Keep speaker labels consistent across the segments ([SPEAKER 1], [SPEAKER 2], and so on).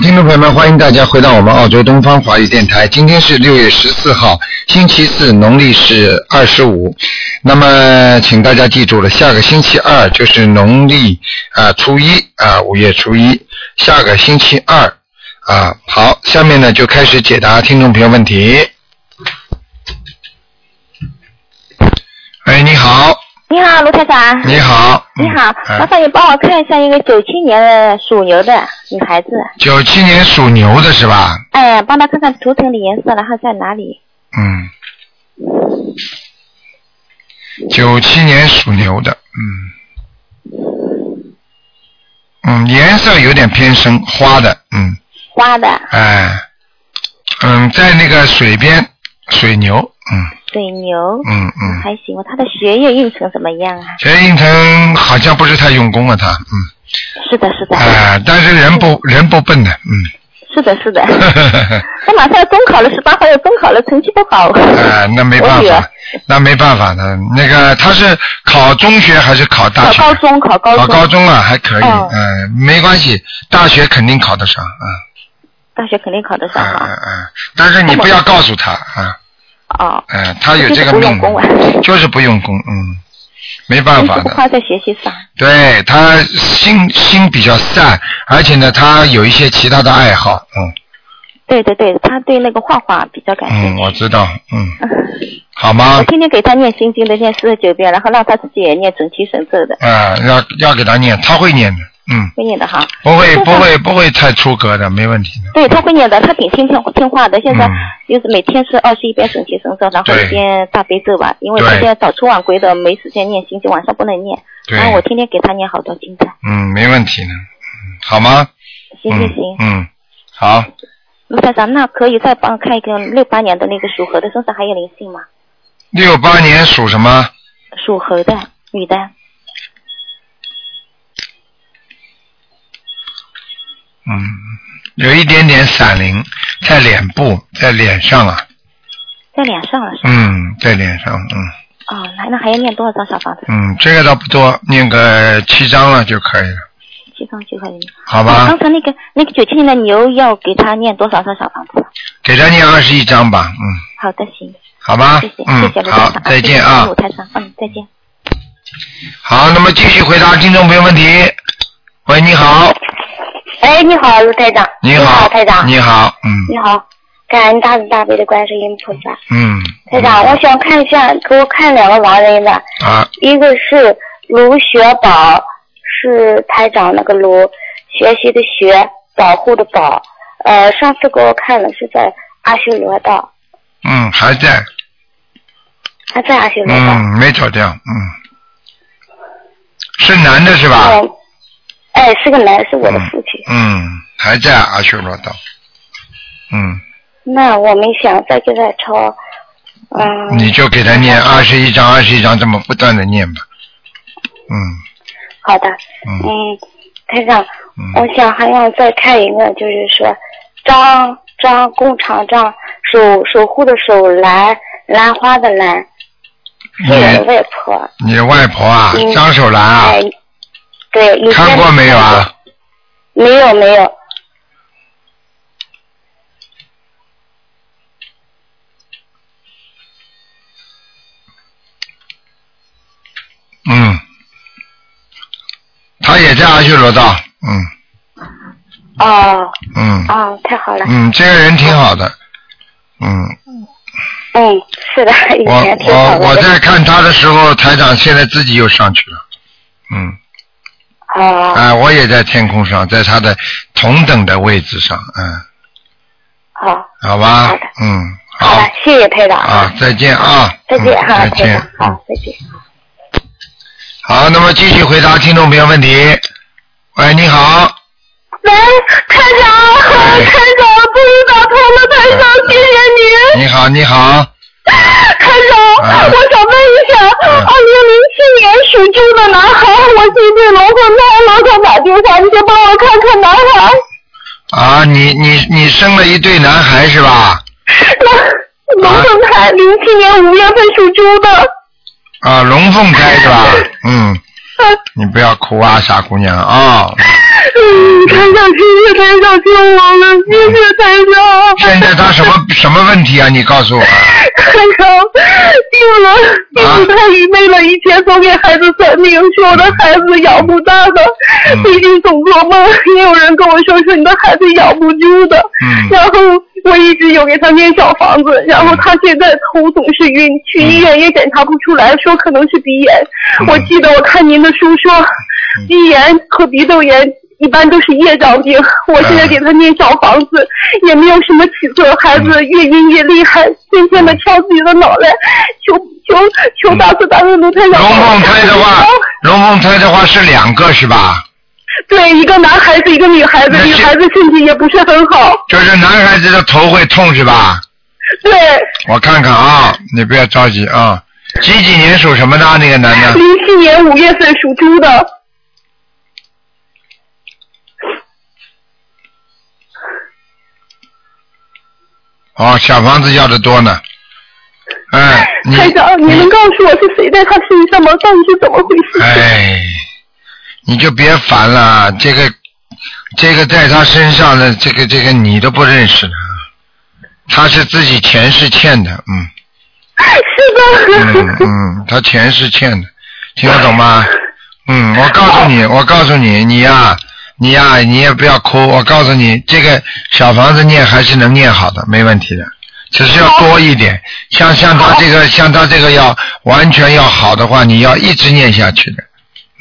[SPEAKER 1] 听众朋友们，欢迎大家回到我们澳洲东方华语电台。今天是六月十四号，星期四，农历是二十五。那么，请大家记住了，下个星期二就是农历啊、初一啊、五月初一。下个星期二啊、好，下面呢就开始解答听众朋友问题。哎，你好，
[SPEAKER 2] 你好，卢台长。
[SPEAKER 1] 你好，
[SPEAKER 2] 你好，
[SPEAKER 1] 嗯
[SPEAKER 2] 麻烦你帮我看一下一个九七年的属牛的女孩子，
[SPEAKER 1] 九、七年属牛的是吧？
[SPEAKER 2] 哎，帮她看看图腾的颜色，然后在哪里？
[SPEAKER 1] 嗯，九七年属牛的，嗯，嗯，颜色有点偏深，花的，嗯，
[SPEAKER 2] 花的
[SPEAKER 1] 哎，嗯，在那个水边，水牛，嗯
[SPEAKER 2] 水牛，
[SPEAKER 1] 嗯嗯，
[SPEAKER 2] 还行吧。她的学业运程怎么样啊？
[SPEAKER 1] 这应成好像不是太用功啊，他，嗯，
[SPEAKER 2] 是的，是的，
[SPEAKER 1] 哎，但是人 不人不笨的，嗯，
[SPEAKER 2] 是的，是的。
[SPEAKER 1] 呵呵呵呵。
[SPEAKER 2] 那马上要中考了，十八号要中考了，成绩不好。
[SPEAKER 1] 哎，那没办
[SPEAKER 2] 我女
[SPEAKER 1] 法
[SPEAKER 2] 儿，
[SPEAKER 1] 那没办法的。那个他是考中学还是考大
[SPEAKER 2] 考
[SPEAKER 1] 学？
[SPEAKER 2] 高中，考高
[SPEAKER 1] 考
[SPEAKER 2] 中，
[SPEAKER 1] 高中啊，还可以，嗯、
[SPEAKER 2] 哦
[SPEAKER 1] 没关系，大学肯定考得上，嗯
[SPEAKER 2] 大学肯定考得上
[SPEAKER 1] 嗯嗯
[SPEAKER 2] 哈。
[SPEAKER 1] 嗯，但是你不要告诉他，啊
[SPEAKER 2] 哦，
[SPEAKER 1] 嗯、他有这个
[SPEAKER 2] 就是不
[SPEAKER 1] 命
[SPEAKER 2] 用功啊，
[SPEAKER 1] 就是不用功，嗯，没办
[SPEAKER 2] 一
[SPEAKER 1] 法
[SPEAKER 2] 直不
[SPEAKER 1] 的，
[SPEAKER 2] 花在学习上。
[SPEAKER 1] 对他心心比较散，而且呢，他有一些其他的爱好，嗯
[SPEAKER 2] 对对对，她对那个画画比较感兴
[SPEAKER 1] 嗯，
[SPEAKER 2] 趣。
[SPEAKER 1] 我知道，嗯，
[SPEAKER 2] 嗯
[SPEAKER 1] 好吗？
[SPEAKER 2] 我天天给他念心经的，念四十九遍，然后让他自己也念准提神咒的，
[SPEAKER 1] 啊、要要给他念，他会念的，嗯，
[SPEAKER 2] 会念的哈。
[SPEAKER 1] 不会不
[SPEAKER 2] 对吧
[SPEAKER 1] 会不会太出格的，没问题的，
[SPEAKER 2] 对他会念的，他挺听天听话的。现在
[SPEAKER 1] 嗯
[SPEAKER 2] 就是每天是二十一遍准提神咒，然后
[SPEAKER 1] 对
[SPEAKER 2] 一遍大悲咒吧，因为他
[SPEAKER 1] 对
[SPEAKER 2] 现在早出晚归的，没时间念心经，晚上不能念。
[SPEAKER 1] 对
[SPEAKER 2] 然后我天天给他念好多经的，
[SPEAKER 1] 嗯，没问题的，嗯好吗？
[SPEAKER 2] 行行行。
[SPEAKER 1] 嗯嗯，好。
[SPEAKER 2] 卢台长，那可以再帮我看一个六八年的那个属猴的身上还有灵性吗？
[SPEAKER 1] 六八年属什么？
[SPEAKER 2] 属猴的女的，
[SPEAKER 1] 嗯，有一点点闪灵，在脸部，在脸上啊。
[SPEAKER 2] 在脸上了是吧？
[SPEAKER 1] 嗯，在脸上，嗯
[SPEAKER 2] 哦，那那还要念多少张小房子？
[SPEAKER 1] 嗯，这个倒不多，念个七章了就可以了，
[SPEAKER 2] 七张就可以了。
[SPEAKER 1] 好
[SPEAKER 2] 哦
[SPEAKER 1] 吧
[SPEAKER 2] 刚？才那个那个九七年的牛要给他念多少张小房子？
[SPEAKER 1] 给他念二十一章吧，嗯，
[SPEAKER 2] 好的，行，
[SPEAKER 1] 好吧
[SPEAKER 2] 谢谢，，
[SPEAKER 1] 嗯
[SPEAKER 2] 谢谢卢，台
[SPEAKER 1] 好
[SPEAKER 2] 长，，
[SPEAKER 1] 再见啊
[SPEAKER 2] 谢谢卢。台长，嗯，再见。
[SPEAKER 1] 好，那么继续回答听众朋友问题。喂，你好，
[SPEAKER 3] 哎，你好，卢台长。
[SPEAKER 1] 你
[SPEAKER 3] 好，台长。
[SPEAKER 1] 你好，嗯
[SPEAKER 3] 你好，感恩大慈大悲的观世音菩萨。
[SPEAKER 1] 嗯，
[SPEAKER 3] 台长，我想看一下，给我看两个亡人吧。
[SPEAKER 1] 啊，
[SPEAKER 3] 一个是卢学宝，是台长那个卢，学习的学，保护的保。呃，上次给我看了是在阿修罗道，
[SPEAKER 1] 嗯，还在，
[SPEAKER 3] 他在阿修罗道。
[SPEAKER 1] 嗯，没走掉，嗯，是男的是吧？
[SPEAKER 3] 嗯。哎，是个男，是我的父亲。
[SPEAKER 1] 嗯，还在阿修罗道。嗯，
[SPEAKER 3] 那我们想再给他抄，嗯。
[SPEAKER 1] 你就给他念二十一章，二十一章这么不断的念吧。嗯
[SPEAKER 3] 好的。
[SPEAKER 1] 嗯
[SPEAKER 3] 嗯，台长，
[SPEAKER 1] 嗯，
[SPEAKER 3] 我想还想再看一个，就是说，张张工厂张守守护的守兰兰花的兰，
[SPEAKER 1] 嗯
[SPEAKER 3] 是我的
[SPEAKER 1] 你
[SPEAKER 3] 外婆。
[SPEAKER 1] 你的外婆啊，
[SPEAKER 3] 嗯
[SPEAKER 1] 张守兰啊
[SPEAKER 3] 哎，，对，以前
[SPEAKER 1] 看过没有啊？？
[SPEAKER 3] 没有没有，
[SPEAKER 1] 嗯，他也在阿修罗道。嗯
[SPEAKER 3] 哦
[SPEAKER 1] 嗯
[SPEAKER 3] 哦，太好了，
[SPEAKER 1] 嗯，这个人挺好的。嗯，
[SPEAKER 3] 嗯，是的， 以
[SPEAKER 1] 我
[SPEAKER 3] 前挺好
[SPEAKER 1] 我我
[SPEAKER 3] 的。
[SPEAKER 1] 在看他的时候，台长现在自己又上去了。嗯，
[SPEAKER 3] 哦
[SPEAKER 1] 啊，我也在天空上，在他的同等的位置上。嗯。
[SPEAKER 3] 好，
[SPEAKER 1] 好吧
[SPEAKER 3] 好的，
[SPEAKER 1] 嗯，
[SPEAKER 3] 好
[SPEAKER 1] 好
[SPEAKER 3] 了，谢谢台长
[SPEAKER 1] 啊，，再见啊，
[SPEAKER 3] 再见
[SPEAKER 1] 嗯
[SPEAKER 3] 哈，台
[SPEAKER 1] 再
[SPEAKER 3] 长
[SPEAKER 1] 见，，嗯
[SPEAKER 3] 好，再见。
[SPEAKER 1] 好，那么继续回答听众朋友问题。喂，你好，
[SPEAKER 4] 喂，台长，
[SPEAKER 1] 哎
[SPEAKER 4] 台长，终于打通了，台长，谢谢您，
[SPEAKER 1] 你好，你好，
[SPEAKER 4] 台长，
[SPEAKER 1] 哎
[SPEAKER 4] 我想问一下，
[SPEAKER 1] 哎
[SPEAKER 4] 二零零七年属猪的男孩，我今天龙魂他了，他打电话，你就帮我看看男孩。
[SPEAKER 1] 啊，你你你生了一对男孩是吧？
[SPEAKER 4] 那龙凤胎，零七年五月份属猪的，
[SPEAKER 1] 啊，龙凤胎是吧？嗯，
[SPEAKER 4] 呃
[SPEAKER 1] 你不要哭啊，傻姑娘啊、
[SPEAKER 4] 嗯，台长，谢谢台长救我们，谢谢台长。
[SPEAKER 1] 现在他什么什么问题啊？你告诉我。
[SPEAKER 4] 台长，定了，弟子太愚昧了，以前总给孩子算命，说我的孩子养不大的
[SPEAKER 1] 嗯，
[SPEAKER 4] 最近总做梦，也有人跟我说是你的孩子养不住的，
[SPEAKER 1] 嗯
[SPEAKER 4] 然后。我一直有给他念小房子，然后他现在头总是晕，去医院也检查不出来，说可能是鼻炎。
[SPEAKER 1] 嗯
[SPEAKER 4] 我记得我看您的书说，鼻炎和鼻窦炎一般都是业障病。我现在给他念小房子，
[SPEAKER 1] 嗯
[SPEAKER 4] 也没有什么起色，孩子越晕越厉害，渐渐的敲自己的脑袋，求求求大慈大悲卢太
[SPEAKER 1] 嗯
[SPEAKER 4] 长。
[SPEAKER 1] 龙凤胎的话，龙凤胎的话是两个是吧？
[SPEAKER 4] 对，一个男孩子，一个女孩子
[SPEAKER 1] 那，是
[SPEAKER 4] 女孩子身体也不是很好。
[SPEAKER 1] 就是男孩子的头会痛是吧？
[SPEAKER 4] 对，
[SPEAKER 1] 我看看啊，你不要着急啊。几几年属什么的啊那个男的？
[SPEAKER 4] 零七年五月份属猪的。
[SPEAKER 1] 哦，小房子要的多呢。哎，你
[SPEAKER 4] 台长，你能告诉我是谁在他身上吗？到底是怎么回事？
[SPEAKER 1] 哎，你就别烦了，这个这个在他身上的这个这个你都不认识了，他是自己前世欠的，嗯
[SPEAKER 4] 是
[SPEAKER 1] 嗯
[SPEAKER 4] 的，
[SPEAKER 1] 嗯，他前世欠的，听得懂吗？嗯，我告诉你，我告诉你，你呀、你呀、你也不要哭。我告诉你，这个小房子念还是能念好的，没问题的，只是要多一点。像像他这个，像他这个要完全要好的话，你要一直念下去的。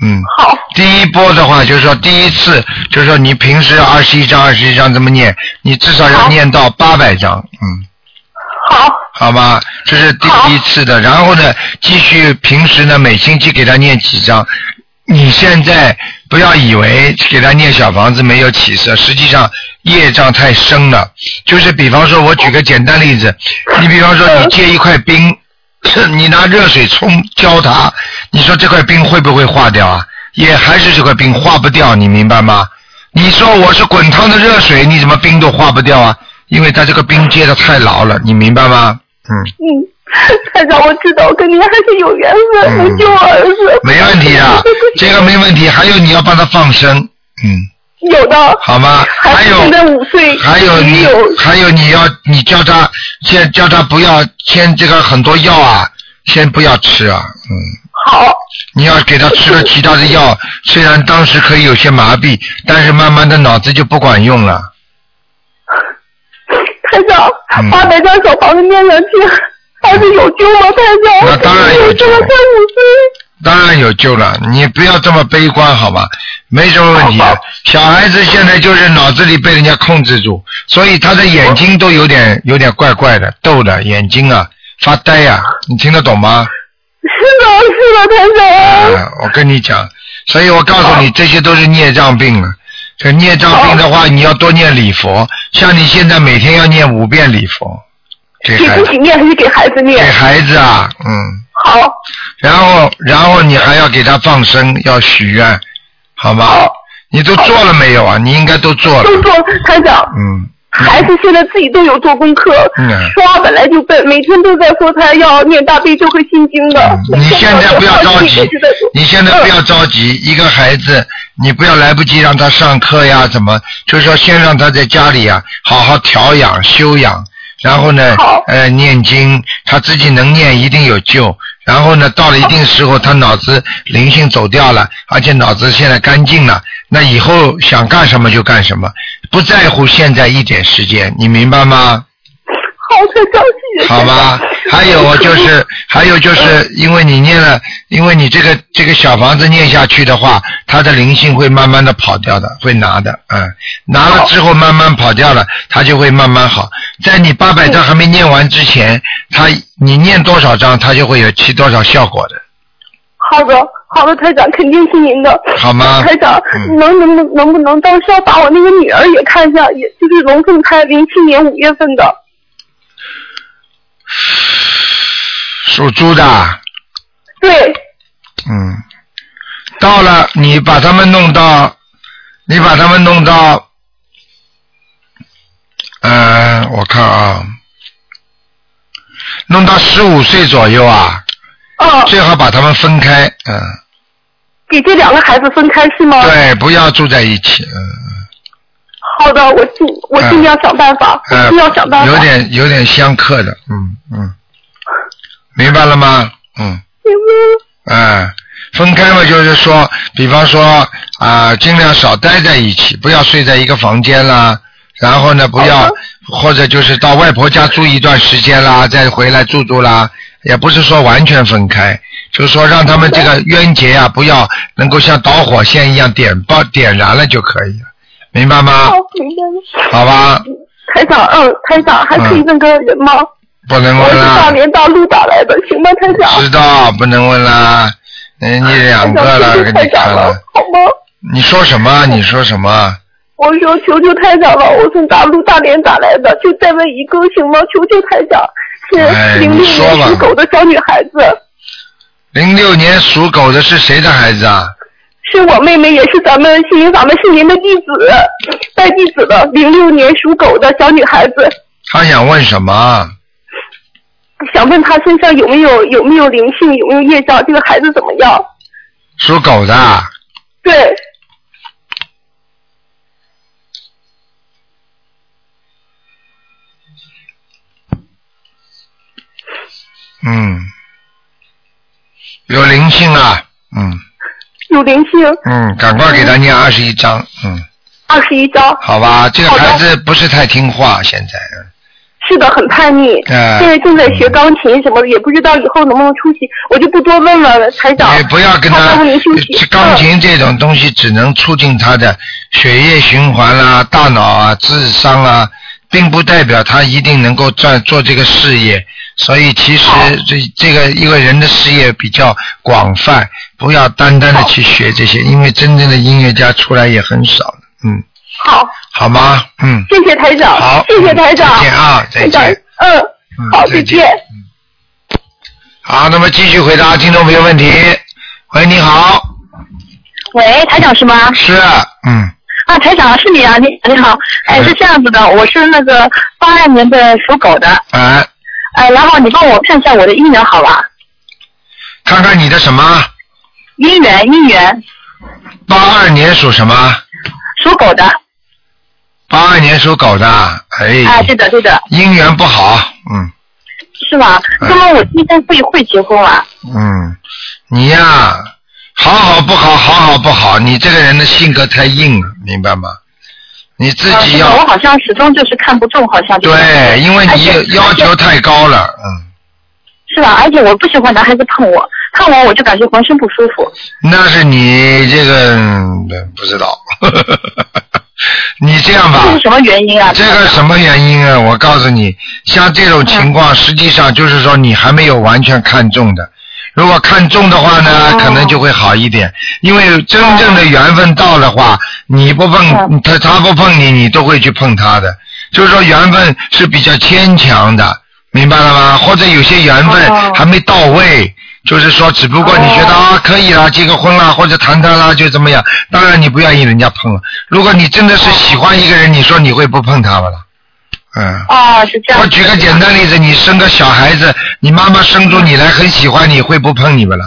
[SPEAKER 1] 嗯，
[SPEAKER 4] 好，
[SPEAKER 1] 第一波的话，就是说第一次，就是说你平时二十一章、二十一章这么念，你至少要
[SPEAKER 4] 好
[SPEAKER 1] 念到八百章，嗯，
[SPEAKER 4] 好，
[SPEAKER 1] 好吧？这是第一次的。然后呢，继续平时呢，每星期给他念几章。你现在不要以为给他念小房子没有起色，实际上业障太深了。就是比方说，我举个简单例子，你比方说你借一块冰， 你拿热水冲浇它，你说这块冰会不会化掉啊？也还是这块冰化不掉，你明白吗？你说我是滚烫的热水，你怎么冰都化不掉啊？因为它这个冰结的太牢了，你明白吗？嗯，
[SPEAKER 4] 嗯，台长，我知道，我跟您还是有缘分，
[SPEAKER 1] 嗯
[SPEAKER 4] 能救我儿子。
[SPEAKER 1] 没问题啊的，这个没问题。还有你要帮他放生，嗯，
[SPEAKER 4] 有的，
[SPEAKER 1] 好吗？还
[SPEAKER 4] 孩子
[SPEAKER 1] 有
[SPEAKER 4] 现在五岁，
[SPEAKER 1] 还有
[SPEAKER 4] 也
[SPEAKER 1] 你
[SPEAKER 4] 有，
[SPEAKER 1] 还有你要你叫他先叫他不要先这个很多药啊，先不要吃啊，嗯，
[SPEAKER 4] 好，
[SPEAKER 1] 你要给他吃了其他的药，虽然当时可以有些麻痹，但是慢慢的脑子就不管用了。
[SPEAKER 4] 台长
[SPEAKER 1] 嗯，
[SPEAKER 4] 八百张小房子念上去，孩子有救吗？台长，
[SPEAKER 1] 那当然有救
[SPEAKER 4] 这个才五岁，
[SPEAKER 1] 当然有救了，你不要这么悲观，好吧？没什么问题
[SPEAKER 4] 好
[SPEAKER 1] 的
[SPEAKER 4] 好。
[SPEAKER 1] 小孩子现在就是脑子里被人家控制住，所以他的眼睛都有点有点怪怪的，逗的眼睛啊发呆呀、你听得懂吗？
[SPEAKER 4] 是的，是的，台
[SPEAKER 1] 啊
[SPEAKER 4] 长，，
[SPEAKER 1] 我跟你讲，所以我告诉你，这些都是孽障病了。这孽障病的话，你要多念礼佛，像你现在每天要念五遍礼佛，给
[SPEAKER 4] 给
[SPEAKER 1] 孩
[SPEAKER 4] 自
[SPEAKER 1] 子
[SPEAKER 4] 己念还是给孩子
[SPEAKER 1] 给
[SPEAKER 4] 念？
[SPEAKER 1] 孩子啊，嗯。
[SPEAKER 4] 好，
[SPEAKER 1] 然后，然后你还要给他放生，要许愿，好吗？
[SPEAKER 4] 好
[SPEAKER 1] 你都做了没有啊？你应该都做了。
[SPEAKER 4] 都做，台长，
[SPEAKER 1] 嗯，
[SPEAKER 4] 孩子现在自己都有做功课，
[SPEAKER 1] 嗯
[SPEAKER 4] 说话本来就笨，每天都在说他要念大悲咒和心经的。
[SPEAKER 1] 嗯你现在不要着急
[SPEAKER 4] 一直在说，嗯
[SPEAKER 1] 你现在不要着急。一个孩子，你不要来不及让他上课呀，怎么？就是说，先让他在家里呀，好好调养修养，然后呢
[SPEAKER 4] 好，
[SPEAKER 1] 呃，念经，他自己能念，一定有救。然后呢，到了一定时候，他脑子灵性走掉了，而且脑子现在干净了，那以后想干什么就干什么，不在乎现在一点时间，你明白吗？
[SPEAKER 4] 好，太着急。
[SPEAKER 1] 好吧，还有就是，还有就是，因为你念了，因为你这个这个小房子念下去的话，它的灵性会慢慢的跑掉的，会拿的，嗯，拿了之后慢慢跑掉了，它就会慢慢好。在你八百章还没念完之前，它你念多少章，它就会有起多少效果的，
[SPEAKER 4] 好的，好的，台长，肯定是您的。
[SPEAKER 1] 好吗
[SPEAKER 4] 台？长，
[SPEAKER 1] 嗯
[SPEAKER 4] 能能能能不能到时候把我那个女儿也看一下，也就是龙凤胎，零七年五月份的，
[SPEAKER 1] 属猪的，
[SPEAKER 4] 对，
[SPEAKER 1] 嗯，到了你把他们弄到，你把他们弄到，呃，我看啊，弄到十五岁左右啊，
[SPEAKER 4] 啊，
[SPEAKER 1] 最好把他们分开，嗯，
[SPEAKER 4] 给这两个孩子分开是吗？
[SPEAKER 1] 对，不要住在一起，嗯，
[SPEAKER 4] 好的，我尽我尽量想办法，我尽量想办
[SPEAKER 1] 呃，
[SPEAKER 4] 法。
[SPEAKER 1] 有点有点相克的，嗯嗯，明白了吗？嗯。嗯，分开嘛，就是说，比方说啊、尽量少待在一起，不要睡在一个房间啦。然后呢，不要或者就是到外婆家住一段时间啦，再回来住住啦。也不是说完全分开，就是说让他们这个冤结啊，不要能够像导火线一样点爆点燃了就可以了，明白吗
[SPEAKER 4] 好？，明白了。
[SPEAKER 1] 好吧，
[SPEAKER 4] 台长，嗯，台长还可以问个人吗？
[SPEAKER 1] 不能
[SPEAKER 4] 我
[SPEAKER 1] 问
[SPEAKER 4] 是
[SPEAKER 1] 啦
[SPEAKER 4] 大。连大陆打来的，请问台长？
[SPEAKER 1] 知道不能问啦，
[SPEAKER 4] 哎
[SPEAKER 1] 人家两个了，
[SPEAKER 4] 求
[SPEAKER 1] 给
[SPEAKER 4] 求
[SPEAKER 1] 你
[SPEAKER 4] 台
[SPEAKER 1] 看
[SPEAKER 4] 长了
[SPEAKER 1] 了。，
[SPEAKER 4] 好吗？
[SPEAKER 1] 你说什么？你说什么？
[SPEAKER 4] 我说求求台长了，我从大陆大连打来的，就再问一个行吗？求求台长，
[SPEAKER 1] 哎
[SPEAKER 4] 是零
[SPEAKER 1] 你
[SPEAKER 4] 六
[SPEAKER 1] 说吧
[SPEAKER 4] 年属狗的小女孩子，
[SPEAKER 1] 零六年属狗的是谁的孩子啊？
[SPEAKER 4] 是我妹妹，也是咱们心灵法门是您的弟子，带弟子的零六年属狗的小女孩子，
[SPEAKER 1] 他想问什么？
[SPEAKER 4] 想问她身上有没有有没有灵性，有没有业障，这个孩子怎么样？
[SPEAKER 1] 属狗的啊，
[SPEAKER 4] 对，
[SPEAKER 1] 嗯，有灵性啊，嗯
[SPEAKER 4] 有灵性，
[SPEAKER 1] 嗯，赶快给他念二十一章，嗯，
[SPEAKER 4] 二十一张，
[SPEAKER 1] 好吧，这个
[SPEAKER 4] 好的
[SPEAKER 1] 孩子不是太听话，现在，嗯
[SPEAKER 4] 是的，很叛逆。
[SPEAKER 1] 哎
[SPEAKER 4] 现在正在学钢琴什么的，也不知道以后能不能出息，我就不多问了，台长。
[SPEAKER 1] 你不要跟
[SPEAKER 4] 好
[SPEAKER 1] 他
[SPEAKER 4] 的您休息
[SPEAKER 1] 这钢琴这种东西只能促进他的血液循环啦、大脑啊、智商啊，并不代表他一定能够在做这个事业。所以其实这这个一个人的事业比较广泛，不要单单的去学这些，因为真正的音乐家出来也很少的嗯，
[SPEAKER 4] 好，
[SPEAKER 1] 好吗？嗯，
[SPEAKER 4] 谢谢台长，
[SPEAKER 1] 好，
[SPEAKER 4] 谢谢台长，
[SPEAKER 1] 再见啊，再
[SPEAKER 4] 台长
[SPEAKER 1] 见。，
[SPEAKER 4] 嗯，
[SPEAKER 1] 嗯
[SPEAKER 4] 好，
[SPEAKER 1] 再
[SPEAKER 4] 再
[SPEAKER 1] 见
[SPEAKER 4] 见
[SPEAKER 1] 好，那么继续回答听众朋友问题。喂，你好，
[SPEAKER 5] 喂，台长是吗？
[SPEAKER 1] 是，嗯。
[SPEAKER 5] 啊，台长是你啊，你你好，哎，
[SPEAKER 1] 嗯
[SPEAKER 5] 是这样子的，我是那个八二年的属狗的，
[SPEAKER 1] 哎，
[SPEAKER 5] 哎，然后你帮我看一下我的姻缘好吧？
[SPEAKER 1] 看看你的什么？
[SPEAKER 5] 姻缘姻缘，
[SPEAKER 1] 八二年属什么？
[SPEAKER 5] 属狗的，
[SPEAKER 1] 八二年属狗的，哎，
[SPEAKER 5] 哎，对的对的，
[SPEAKER 1] 姻缘不好，嗯
[SPEAKER 5] 是吧？
[SPEAKER 1] 嗯
[SPEAKER 5] 那么我今天会会结婚啊？
[SPEAKER 1] 嗯，你呀、好好不好，好好不好，你这个人的性格太硬了，明白吗？你自
[SPEAKER 5] 啊
[SPEAKER 1] 己
[SPEAKER 5] 是
[SPEAKER 1] 要、
[SPEAKER 5] 的我好像始终就是看不中，好像啊这个
[SPEAKER 1] 对，因为
[SPEAKER 5] 而
[SPEAKER 1] 你
[SPEAKER 5] 且
[SPEAKER 1] 要要求太高了，嗯，
[SPEAKER 5] 是吧？而且我不喜欢男孩子碰我，碰我我就感觉浑身不舒服。
[SPEAKER 1] 那是你这个嗯不知道， 你这样吧，
[SPEAKER 5] 这是什么原因啊？
[SPEAKER 1] 这个什么原因啊？我告诉你，像这种情
[SPEAKER 5] 嗯
[SPEAKER 1] 况，实际上就是说你还没有完全看中的。如果看中的话呢，
[SPEAKER 5] 哦
[SPEAKER 1] 可能就会好一点，因为真正的缘分到的话，
[SPEAKER 5] 嗯
[SPEAKER 1] 你不碰他，他不碰你，你都会去碰他的。就是说缘分是比较牵强的，明白了吗？或者有些缘分
[SPEAKER 5] 哦
[SPEAKER 1] 还没到位，就是说，只不过你觉得啊可以啦，结个婚啦，或者谈谈啦，就怎么样？当然你不愿意人家碰了。如果你真的是喜欢一个人，你说你会不碰他吗啦？嗯。
[SPEAKER 5] 哦，是这样
[SPEAKER 1] 我
[SPEAKER 5] 子的。
[SPEAKER 1] 举个简单例子，你生个小孩子，你妈妈生出你来很喜欢你，会不碰你们啦？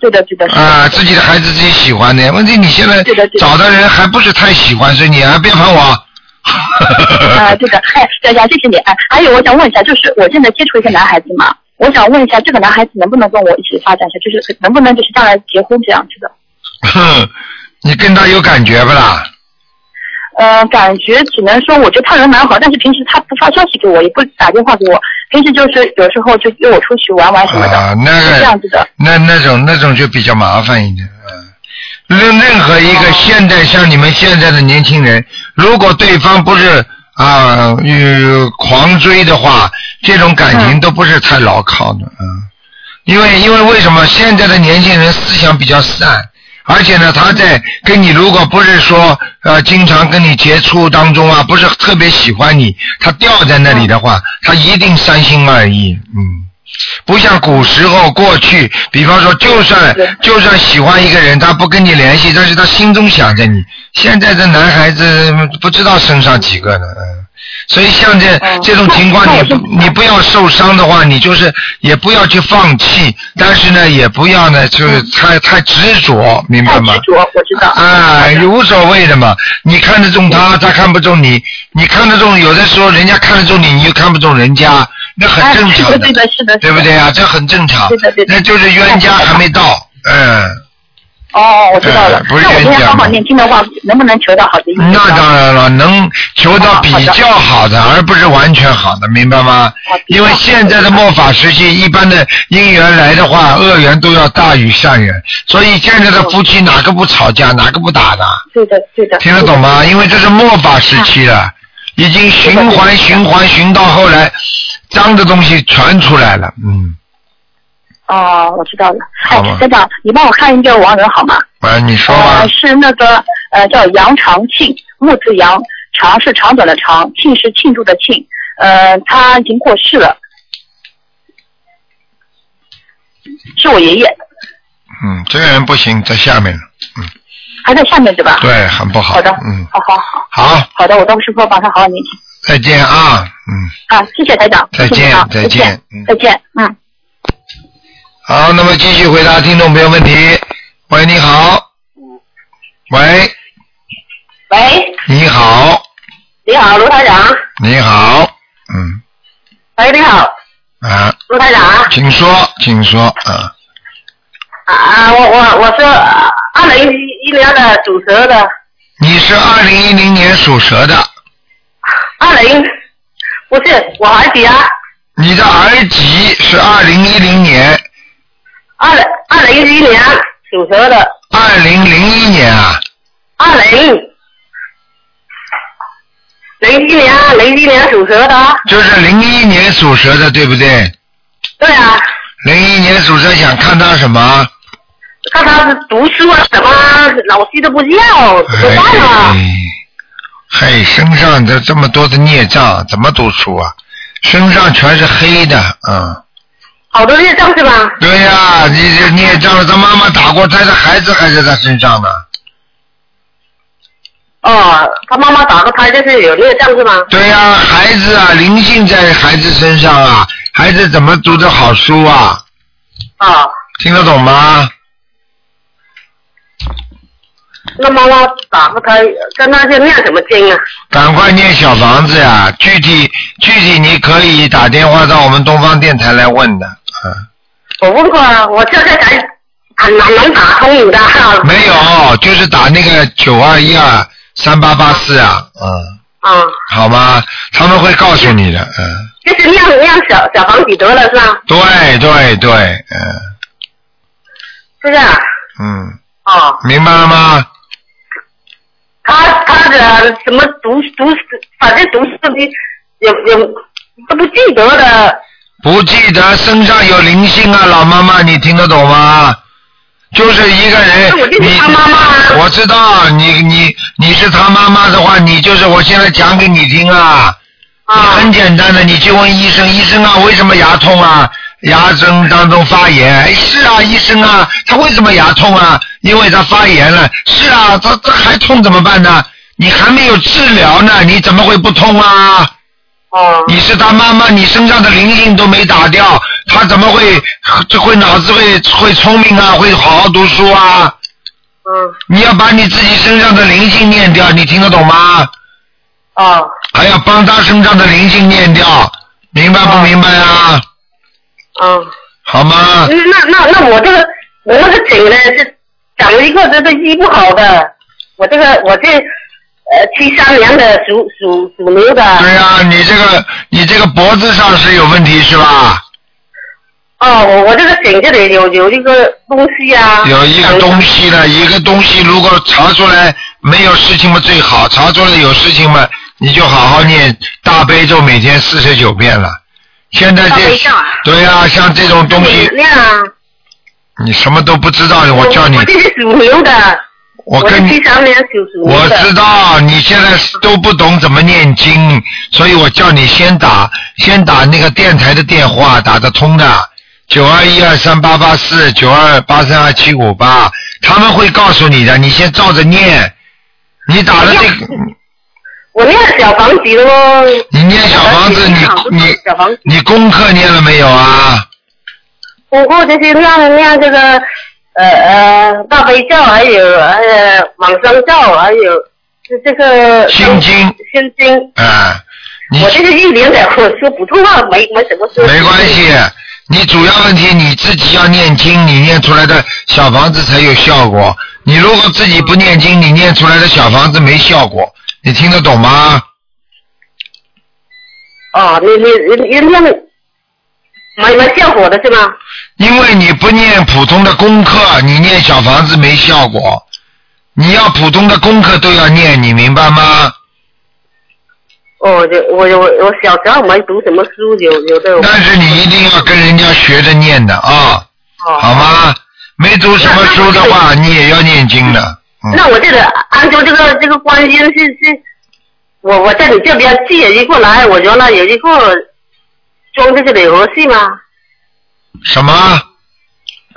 [SPEAKER 5] 对的对的。是的
[SPEAKER 1] 啊，自己的孩子自己喜欢的，问题你现在
[SPEAKER 5] 对的对的
[SPEAKER 1] 找的人还不是太喜欢，所以你还别碰我。呃
[SPEAKER 5] 啊，对的，哎，佳佳，谢谢你。哎，还有我想问一下，就是我现在接触一个男孩子嘛，我想问一下，这个男孩子能不能跟我一起发展一下，就是能不能就是将来结婚这样子的？啊
[SPEAKER 1] 哼， 你跟他有感觉不啦？啊
[SPEAKER 5] 呃，感觉只能说，我觉得他人蛮好，但是平时他不发消息给我，也不打电话给我，平时就是有时候就约我出去玩玩什么的，
[SPEAKER 1] 啊，那
[SPEAKER 5] 是这样
[SPEAKER 1] 个
[SPEAKER 5] 子的。
[SPEAKER 1] 那那种那种就比较麻烦一点。嗯，任任何一个现在像你们现在的年轻人，如果对方不是啊、呃狂追的话，这种感情都不是太牢靠的。嗯，因为因为为什么现在的年轻人思想比较散？而且呢，他在跟你如果不是说呃经常跟你接触当中啊，不是特别喜欢你，他吊在那里的话，他一定三心二意，嗯。不像古时候过去，比方说，就算
[SPEAKER 5] 对
[SPEAKER 1] 就算喜欢一个人，他不跟你联系，但是他心中想着你。现在这男孩子嗯不知道身上几个呢，嗯所以像这、这种情况，你不你不要受伤的话，你就是也不要去放弃，但是呢，也不要呢，就是太太执着，明白吗
[SPEAKER 6] 嗯太？执着，我知道。
[SPEAKER 1] 哎，无所谓的嘛，你看得中他，他看不中你，你看得中，有的时候人家看得中你，你又看不中人家，那很正常
[SPEAKER 6] 哎是
[SPEAKER 1] 的，
[SPEAKER 6] 的，是的，是的，
[SPEAKER 1] 对不对啊？这很正常
[SPEAKER 6] 对的对，的
[SPEAKER 1] 那就是冤家还没到，嗯。
[SPEAKER 6] 哦哦，我知道了
[SPEAKER 1] 哎。不
[SPEAKER 6] 那
[SPEAKER 1] 是
[SPEAKER 6] 我今
[SPEAKER 1] 冤
[SPEAKER 6] 天
[SPEAKER 1] 家
[SPEAKER 6] 好
[SPEAKER 1] 嘛
[SPEAKER 6] 好念经的话，能不能求到好的姻缘？
[SPEAKER 1] 那当然了，能求到比较好的，而不是完全好的，明白吗？因
[SPEAKER 6] 哦
[SPEAKER 1] 为现在的末法时期，一般的姻缘来的话，恶缘都要大于善缘，所以现在的夫妻哪个不吵架，哪个不打的，
[SPEAKER 6] 对的，对的。
[SPEAKER 1] 听得懂吗？因为这是末法时期了，已经循环循环循到后来，脏的东西全出来了，嗯，
[SPEAKER 6] 哦，我知道了。
[SPEAKER 1] 好吗
[SPEAKER 6] 哎，台长，你帮我看一个亡人好吗？
[SPEAKER 1] 啊，你说吧
[SPEAKER 4] 哦
[SPEAKER 6] 呃，，是那个呃叫杨长庆，木字杨，长是长短的长，庆是庆祝的庆。呃，他已经过世了，是我爷爷，
[SPEAKER 1] 嗯，这个人不行，在下面了，
[SPEAKER 6] 还在下面对吧？
[SPEAKER 1] 对，很不好，
[SPEAKER 6] 好的，
[SPEAKER 1] 嗯，
[SPEAKER 6] 好好好，
[SPEAKER 1] 好，
[SPEAKER 6] 好的，我到时候帮他好好念经。
[SPEAKER 1] 再见啊，嗯。
[SPEAKER 6] 啊，谢谢台长，
[SPEAKER 1] 再
[SPEAKER 6] 谢谢
[SPEAKER 1] 见
[SPEAKER 6] 你啊
[SPEAKER 1] 再
[SPEAKER 6] 再
[SPEAKER 1] 见
[SPEAKER 6] 见
[SPEAKER 1] 嗯，
[SPEAKER 6] 再见，嗯。
[SPEAKER 1] 好，那么继续回答听众朋友问题。喂，你好。喂，
[SPEAKER 4] 喂，
[SPEAKER 1] 你好，
[SPEAKER 4] 你好，卢台长。
[SPEAKER 1] 你好，嗯
[SPEAKER 4] 喂，你好，
[SPEAKER 1] 啊，
[SPEAKER 4] 卢台长啊
[SPEAKER 1] 请说，请说啊，
[SPEAKER 4] 啊！我我我是二零一年的属蛇的，
[SPEAKER 1] 你是二零一零年属蛇的，
[SPEAKER 4] 二零不是我儿子啊，
[SPEAKER 1] 你的儿媳是二零一零年，
[SPEAKER 4] 二零二零一年属蛇的，
[SPEAKER 1] 二零零一年啊，
[SPEAKER 4] 二零零一年零一年属蛇的，
[SPEAKER 1] 就是零一年属蛇的，对不对？
[SPEAKER 4] 对啊，
[SPEAKER 1] 零一年属蛇想看他什么？
[SPEAKER 4] 看他是读书啊什么，老师都不要，怎么办啊？
[SPEAKER 1] 哎，嘿，身上这这么多的孽障，怎么读书啊？身上全是黑的，嗯。
[SPEAKER 4] 好多孽障是吧？
[SPEAKER 1] 对呀、你这孽障了，他妈妈打过胎，他孩子还在他身上呢。
[SPEAKER 4] 哦，他妈妈打个胎就是有孽障是吗？
[SPEAKER 1] 对呀、孩子啊，灵性在孩子身上啊，孩子怎么读的好书啊？
[SPEAKER 4] 啊、
[SPEAKER 1] 听得懂吗？
[SPEAKER 4] 那妈妈打个胎，跟他去念什么经啊？
[SPEAKER 1] 赶快念小房子呀、具体具体你可以打电话到我们东方电台来问的，嗯，
[SPEAKER 4] 我问过啊，我现在才很难能打通你的号。
[SPEAKER 1] 没有，就是打那个九二一二三八八四啊，嗯，
[SPEAKER 4] 啊，
[SPEAKER 1] 好吗？他们会告诉你的，嗯，
[SPEAKER 4] 就是亮亮小小房子得了是吧？
[SPEAKER 1] 对对对，嗯
[SPEAKER 4] 是不是啊？
[SPEAKER 1] 嗯，
[SPEAKER 4] 哦，
[SPEAKER 1] 明白了吗？
[SPEAKER 4] 他他的什么读读，反正读书的也也都不记得的。
[SPEAKER 1] 不记得身上有灵性啊，老妈妈，你听得懂吗？就是一个人
[SPEAKER 4] 那我就，是
[SPEAKER 1] 你
[SPEAKER 4] 他妈妈啊
[SPEAKER 1] 我知道，你你你是他妈妈的话，你就是我现在讲给你听啊。
[SPEAKER 4] 啊
[SPEAKER 1] 你很简单的，你去问医生，医生啊，为什么牙痛啊？牙根当中发炎，哎是啊，医生啊，他为什么牙痛啊？因为他发炎了。是啊，他他还痛怎么办呢？你还没有治疗呢，你怎么会不痛啊？
[SPEAKER 4] 哦
[SPEAKER 1] 你是他妈妈，你身上的灵性都没打掉，他怎么会这会脑子会会聪明啊，会好好读书啊？
[SPEAKER 4] 嗯
[SPEAKER 1] 你要把你自己身上的灵性念掉，你听得懂吗？
[SPEAKER 4] 哦
[SPEAKER 1] 还要帮他身上的灵性念掉，明白不明白啊？
[SPEAKER 4] 哦，
[SPEAKER 1] 好 吗？
[SPEAKER 4] 嗯那那那我这个我那个腿呢是长了一个这个医不好的，我这个我这呃七三年的属属属牛的。
[SPEAKER 1] 对呀、你这个你这个脖子上是有问题是吧？
[SPEAKER 4] 哦，我我这个颈这里有有一个东西啊，
[SPEAKER 1] 有一个东西呢，一个东西如果查出来没有事情嘛最好，查出来有事情嘛，你就好好念大悲咒，每天四十九遍了。现在
[SPEAKER 4] 大悲
[SPEAKER 1] 这
[SPEAKER 4] 咒啊
[SPEAKER 1] 对呀、像这种东西
[SPEAKER 4] 那啊，
[SPEAKER 1] 你什么都不知道，我
[SPEAKER 4] 我
[SPEAKER 1] 叫你
[SPEAKER 4] 我，这是属牛的，
[SPEAKER 1] 我
[SPEAKER 4] 是
[SPEAKER 1] 跟你
[SPEAKER 4] 七。三年属属
[SPEAKER 1] 我
[SPEAKER 4] 牛的。
[SPEAKER 1] 知道你现在都不懂怎么念经，所以我叫你先打先打那个电台的电话，打得通的九二一二三八八四九二八三二七五八，他们会告诉你的，你先照着念。你打了这个，
[SPEAKER 7] 我念小房子喽。
[SPEAKER 1] 你念小房子，你你
[SPEAKER 7] 小房子，
[SPEAKER 1] 你功课念了没有啊？
[SPEAKER 7] 不过就是念念这个呃呃大悲咒，还有呃往生咒，还有这这个
[SPEAKER 1] 心经
[SPEAKER 7] 心经。
[SPEAKER 1] 啊，你
[SPEAKER 7] 我这是一零点，我说普通话没没怎么说。
[SPEAKER 1] 没关系，你主要问题你自己要念经，你念出来的小房子才有效果。你如果自己不念经，你念出来的小房子没效果，你听得懂吗？
[SPEAKER 7] 哦，你你你那个没没效果的是吗？
[SPEAKER 1] 因为你不念普通的功课，你念小房子没效果。你要普通的功课都要念，你明白吗？
[SPEAKER 7] 哦，就我我我小时候没读什么书，有有
[SPEAKER 4] 嗯
[SPEAKER 7] 的我
[SPEAKER 1] 但是你一定要跟人家学着念的啊，
[SPEAKER 4] 嗯
[SPEAKER 7] 哦
[SPEAKER 1] 好吗？没读什么书的话，你也要念经的。嗯，
[SPEAKER 7] 那我这个安州这个这个观音是是，我我在你这边寄了一个来，我原来有一个装这个礼盒是吗？
[SPEAKER 1] 什么？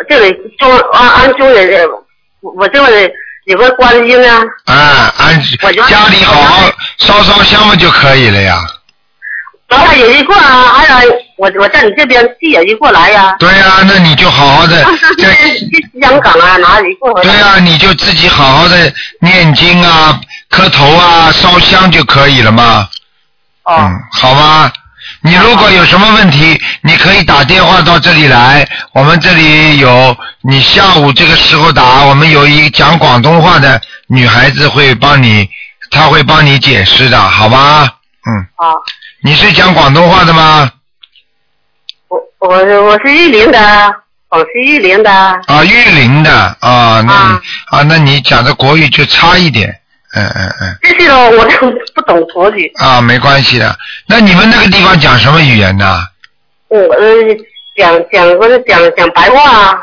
[SPEAKER 7] 这里装安安州人，我我这个有个观音啊，
[SPEAKER 1] 啊，安
[SPEAKER 7] 我就
[SPEAKER 1] 家里好好烧烧香嘛就可以了呀。
[SPEAKER 7] 原来有一个啊，哎呀，我我在你这边寄了一个来呀、
[SPEAKER 1] 对呀、那你就好好 的
[SPEAKER 7] 上次
[SPEAKER 1] 在
[SPEAKER 7] 是去香港啊，拿了一个回
[SPEAKER 1] 对
[SPEAKER 7] 来。
[SPEAKER 1] 呀、你就自己好好的念经啊、磕头啊、烧香就可以了嘛。
[SPEAKER 7] 哦
[SPEAKER 1] 嗯，好吗？你如果有什么问题，你可以打电话到这里来，我们这里有你下午这个时候打，我们有一讲广东话的女孩子会帮你，她会帮你解释的，好吗？嗯，
[SPEAKER 7] 哦，
[SPEAKER 1] 你是讲广东话的吗？
[SPEAKER 7] 我我我是玉林的，我是玉林的。
[SPEAKER 1] 啊，玉林的啊，那你
[SPEAKER 7] 啊
[SPEAKER 1] 啊，那你讲的国语就差一点，嗯嗯嗯，
[SPEAKER 7] 这些咯，我都不懂国语。
[SPEAKER 1] 啊，没关系的。那你们那个地方讲什么语言呢？
[SPEAKER 7] 我呃讲讲我是讲讲白话啊，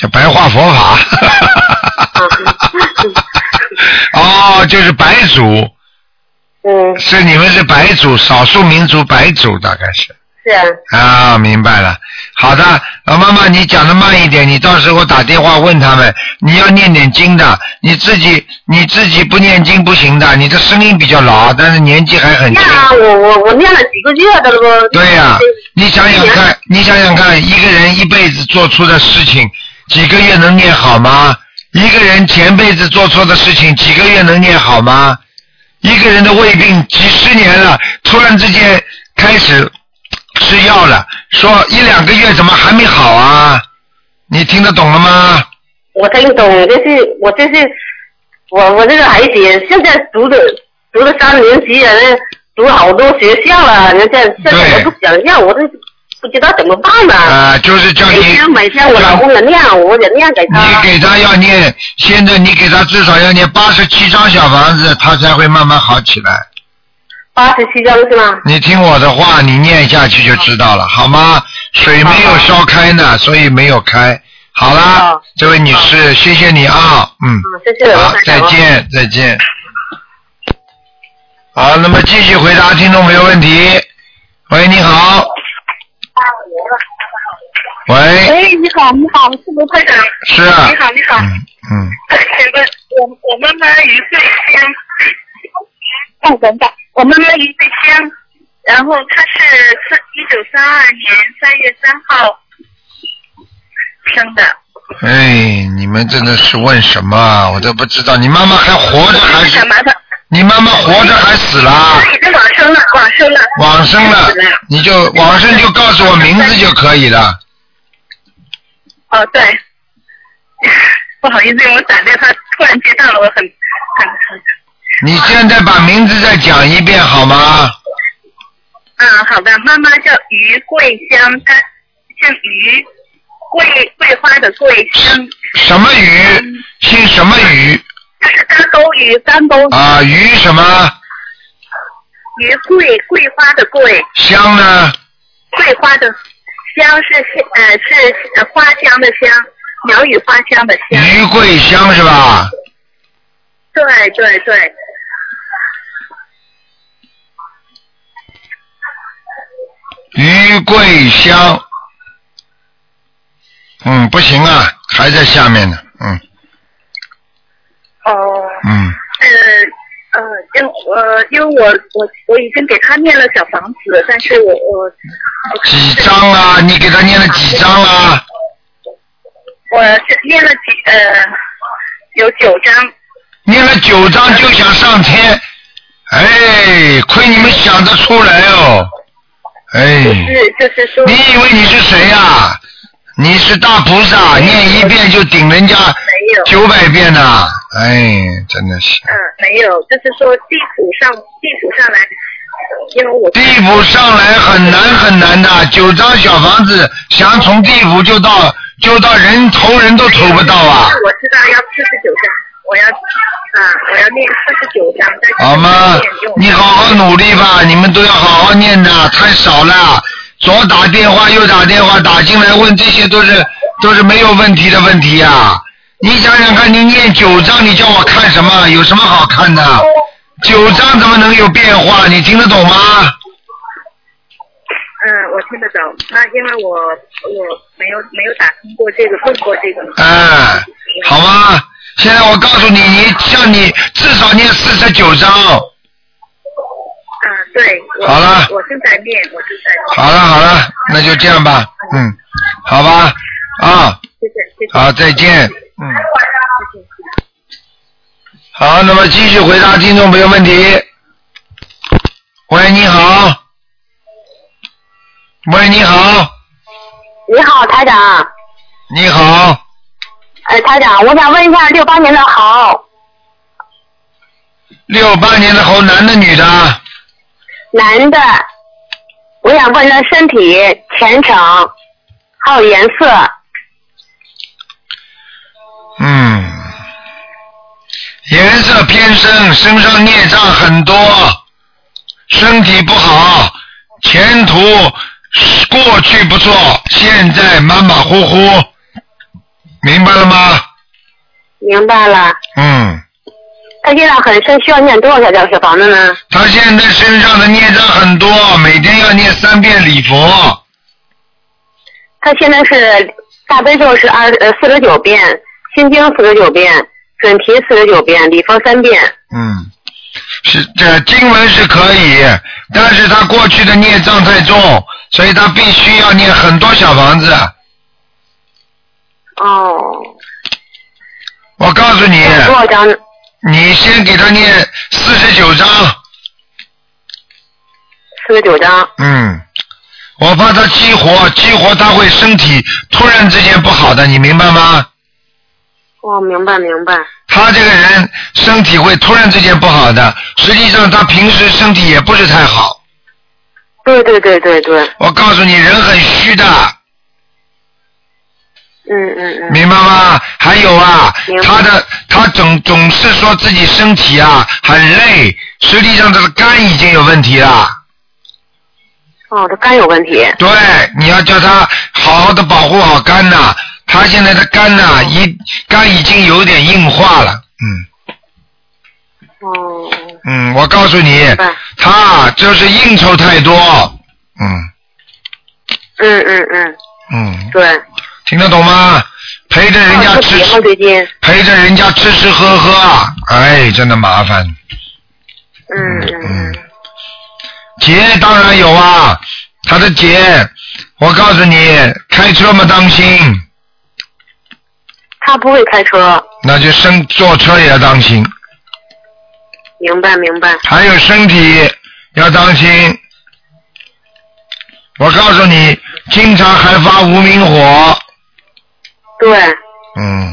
[SPEAKER 1] 叫白话佛法。哦，就是白族，
[SPEAKER 7] 嗯，
[SPEAKER 1] 是你们是白族，少数民族白族大概是
[SPEAKER 7] 是啊，
[SPEAKER 1] 啊，明白了。好的，老妈妈，你讲的慢一点，你到时候打电话问他们，你要念点经的，你自己你自己不念经不行的，你的声音比较老，但是年纪还很轻
[SPEAKER 7] 念。啊，我我我念了几个月的了不？
[SPEAKER 1] 对呀、
[SPEAKER 4] 嗯
[SPEAKER 1] 你想想看，你想想看，一个人一辈子做出的事情，几个月能念好吗？一个人前辈子做错的事情，几个月能念好吗？一个人的胃病几十年了，突然之间开始吃药了，说一两个月怎么还没好啊？你听得懂了吗？
[SPEAKER 7] 我听懂，就是我就是我我这个孩子现在读的读了三年级了，人读好多学校了，人家现在
[SPEAKER 1] 对
[SPEAKER 7] 我都想要，我都不知道怎么办
[SPEAKER 4] 嗯
[SPEAKER 7] 了、
[SPEAKER 1] 啊、就是叫
[SPEAKER 7] 每
[SPEAKER 1] 你
[SPEAKER 7] 天每天我老公也念，我也念给
[SPEAKER 1] 你
[SPEAKER 7] 他。
[SPEAKER 1] 给他要念，现在你给他至少要念八十七张小房子，他才会慢慢好起来。
[SPEAKER 7] 八十七张是吗？啊
[SPEAKER 1] 你听我的话，你念下去就知道了，好吗？水没有烧开呢，所以没有开。好啦
[SPEAKER 7] 好，
[SPEAKER 1] 这位女士，谢谢你啊，嗯，
[SPEAKER 7] 嗯，谢谢
[SPEAKER 1] 好
[SPEAKER 7] 罗台，
[SPEAKER 1] 再
[SPEAKER 7] 长啊。
[SPEAKER 1] 见，再见。好，那么继续回答听众朋友问题。喂，你好。喂，
[SPEAKER 4] 喂，你好，你好，是卢台长。
[SPEAKER 1] 是。
[SPEAKER 4] 你好，你好，
[SPEAKER 1] 嗯嗯，
[SPEAKER 4] 请问我我妈妈一岁天，哦，等等，我妈妈一岁天，然后她是三一九三二年三月三号生的，
[SPEAKER 1] 哎，你们真的是问什么啊？我都不知道，你妈妈还活着还是
[SPEAKER 4] 想哎麻烦，嗯
[SPEAKER 1] 你妈妈活着还死了？啊
[SPEAKER 4] 已经往生了，往生了，
[SPEAKER 1] 往生了，你就往生就告诉我名字就可以了。
[SPEAKER 4] 哦，对， 不好意思，因为我打电话突然接到了，我很很很，
[SPEAKER 1] 你现在把名字再讲一遍好吗？
[SPEAKER 4] 嗯，好的，妈妈叫于桂香，她姓于，桂桂花的桂，香
[SPEAKER 1] 什么鱼？姓什么鱼？
[SPEAKER 4] 它是干钩鱼，干钩
[SPEAKER 1] 啊，鱼什么
[SPEAKER 4] 鱼桂桂花的桂，
[SPEAKER 1] 香呢？
[SPEAKER 4] 桂花的香是香呃是呃花香的香，鸟语花香的香。
[SPEAKER 1] 鱼桂香是吧？
[SPEAKER 4] 对对对，
[SPEAKER 1] 鱼桂香。嗯，不行啊，还在下面呢。嗯
[SPEAKER 4] 哦，
[SPEAKER 1] 嗯，
[SPEAKER 4] 呃
[SPEAKER 8] 呃，因呃，因为我我我已经给他念了小房子，但是我我
[SPEAKER 1] 几张啦？你给他念了几张啊啦？
[SPEAKER 8] 我是念了几呃有九张，
[SPEAKER 1] 念了九张就想上天，哎，亏你们想得出来哦，哎，
[SPEAKER 8] 是就是说
[SPEAKER 1] 你以为你是谁呀、你是大菩萨，念一遍就顶人家
[SPEAKER 8] 没有，
[SPEAKER 1] 九百遍呐、哎，真的是。
[SPEAKER 8] 嗯、没有，就是说地府上地府上来，因为我
[SPEAKER 1] 地府上来很难很难的，九张小房子想从地府就到就到人头人都投不到啊，
[SPEAKER 8] 我知道要四十九张，我要啊我要念四十九张，但是
[SPEAKER 1] 好吗
[SPEAKER 8] 我没有？
[SPEAKER 1] 你好好努力吧，你们都要好好念的，太少了。左打电话右打电话打进来问，这些都是都是没有问题的问题呀、你想想看，你念九章，你叫我看什么？有什么好看的？九章怎么能有变化？你听得懂吗？
[SPEAKER 8] 嗯，我听得懂。那因为我我没有没有打通过这个，问过这个。
[SPEAKER 1] 哎，好吗？现在我告诉你，你像你至少念四十九章。
[SPEAKER 8] 嗯，对。我
[SPEAKER 1] 好了
[SPEAKER 8] 我正在念，我正在念。
[SPEAKER 1] 好了好了，那就这样吧，嗯，好吧，啊，
[SPEAKER 8] 谢谢谢谢。
[SPEAKER 1] 好，再见，嗯。好，那么继续回答听众朋友问题。喂，你好。喂，你好，
[SPEAKER 4] 你好，台长。
[SPEAKER 1] 你好，
[SPEAKER 4] 哎，台长，我想问一下，六八年的好，
[SPEAKER 1] 六八年的猴，男的女的？
[SPEAKER 4] 男的，我想问他身体、前程，还有颜色。
[SPEAKER 1] 嗯，颜色偏深，身上孽障很多，身体不好，前途过去不错，现在马马虎虎，明白了吗？
[SPEAKER 4] 明白了，
[SPEAKER 1] 嗯，
[SPEAKER 4] 他业障很深，需要念多少小小房子呢？
[SPEAKER 1] 他现在身上的孽障很多，每天要念三遍礼佛，
[SPEAKER 4] 他现在是大悲咒是二呃四十九遍，心经四十九遍，准提四十九遍，礼佛三遍。
[SPEAKER 1] 嗯，是这经文是可以，但是他过去的孽障太重，所以他必须要念很多小房子。
[SPEAKER 4] 哦，
[SPEAKER 1] 我告诉你，
[SPEAKER 4] 多少张？
[SPEAKER 1] 你先给他念四十九章，
[SPEAKER 4] 四十九张。
[SPEAKER 1] 嗯，我怕他激活，激活他会身体突然之间不好的，你明白吗？
[SPEAKER 4] 哦，明白明白。
[SPEAKER 1] 他这个人身体会突然之间不好的，实际上他平时身体也不是太好。
[SPEAKER 4] 对对对对对，
[SPEAKER 1] 我告诉你，人很虚的，
[SPEAKER 4] 嗯嗯嗯，
[SPEAKER 1] 明白吗？还有啊
[SPEAKER 4] 明，白
[SPEAKER 1] 他的他总总是说自己身体啊很累，实际上他的肝已经有问题了。
[SPEAKER 4] 哦，他肝有问题。
[SPEAKER 1] 对，你要叫他好好的保护好肝呐、他现在的肝呐、
[SPEAKER 4] 嗯
[SPEAKER 1] 已肝已经有点硬化了。嗯
[SPEAKER 4] 哦，
[SPEAKER 1] 嗯，我告诉你
[SPEAKER 4] 明白，
[SPEAKER 1] 他就是应酬太多。嗯
[SPEAKER 4] 嗯嗯嗯，
[SPEAKER 1] 嗯，
[SPEAKER 4] 对，
[SPEAKER 1] 听得懂吗？陪着人
[SPEAKER 4] 哦
[SPEAKER 1] 家
[SPEAKER 4] 特
[SPEAKER 1] 吃
[SPEAKER 4] 别吗？最近，
[SPEAKER 1] 陪着人家吃吃喝喝啊，哎，真的麻烦。
[SPEAKER 4] 嗯嗯
[SPEAKER 1] 嗯
[SPEAKER 4] 嗯，，
[SPEAKER 1] 劫当然有啊，他的劫，我告诉你，开车嘛当心，
[SPEAKER 4] 他不会开车，
[SPEAKER 1] 那就生坐车也要当心。
[SPEAKER 4] 明白明白，
[SPEAKER 1] 还有身体要当心。我告诉你，经常还发无名火，
[SPEAKER 4] 对，
[SPEAKER 1] 嗯，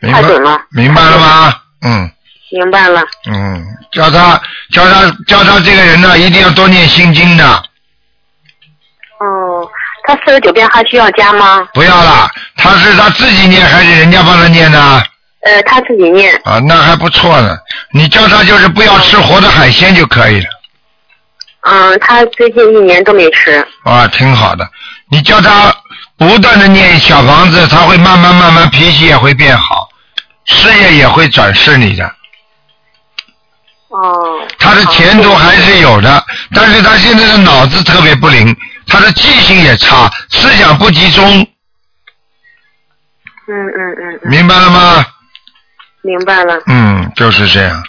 [SPEAKER 1] 明白
[SPEAKER 4] 太准了
[SPEAKER 1] 明白了吗？嗯
[SPEAKER 4] 明白了，
[SPEAKER 1] 嗯，叫他叫他叫他这个人呢，一定要多念心经的，
[SPEAKER 4] 哦，他四十九遍还需要加吗？
[SPEAKER 1] 不要啦。他是他自己念还是人家帮他念呢？
[SPEAKER 4] 呃，他自己念，
[SPEAKER 1] 啊，那还不错呢。你叫他就是不要吃活的海鲜就可以了，
[SPEAKER 4] 嗯，他最近一年都没吃，
[SPEAKER 1] 啊，挺好的。你叫他不断的念小房子，他会慢慢慢慢脾气也会变好，事业也会转势你的，
[SPEAKER 4] 哦，
[SPEAKER 1] 他的前途还是有的。但是他现在的脑子特别不灵，他的记性也差，思想不集中，
[SPEAKER 4] 嗯嗯嗯，嗯
[SPEAKER 9] 嗯
[SPEAKER 1] 明白了吗？
[SPEAKER 4] 明白了，
[SPEAKER 1] 嗯，就是这样。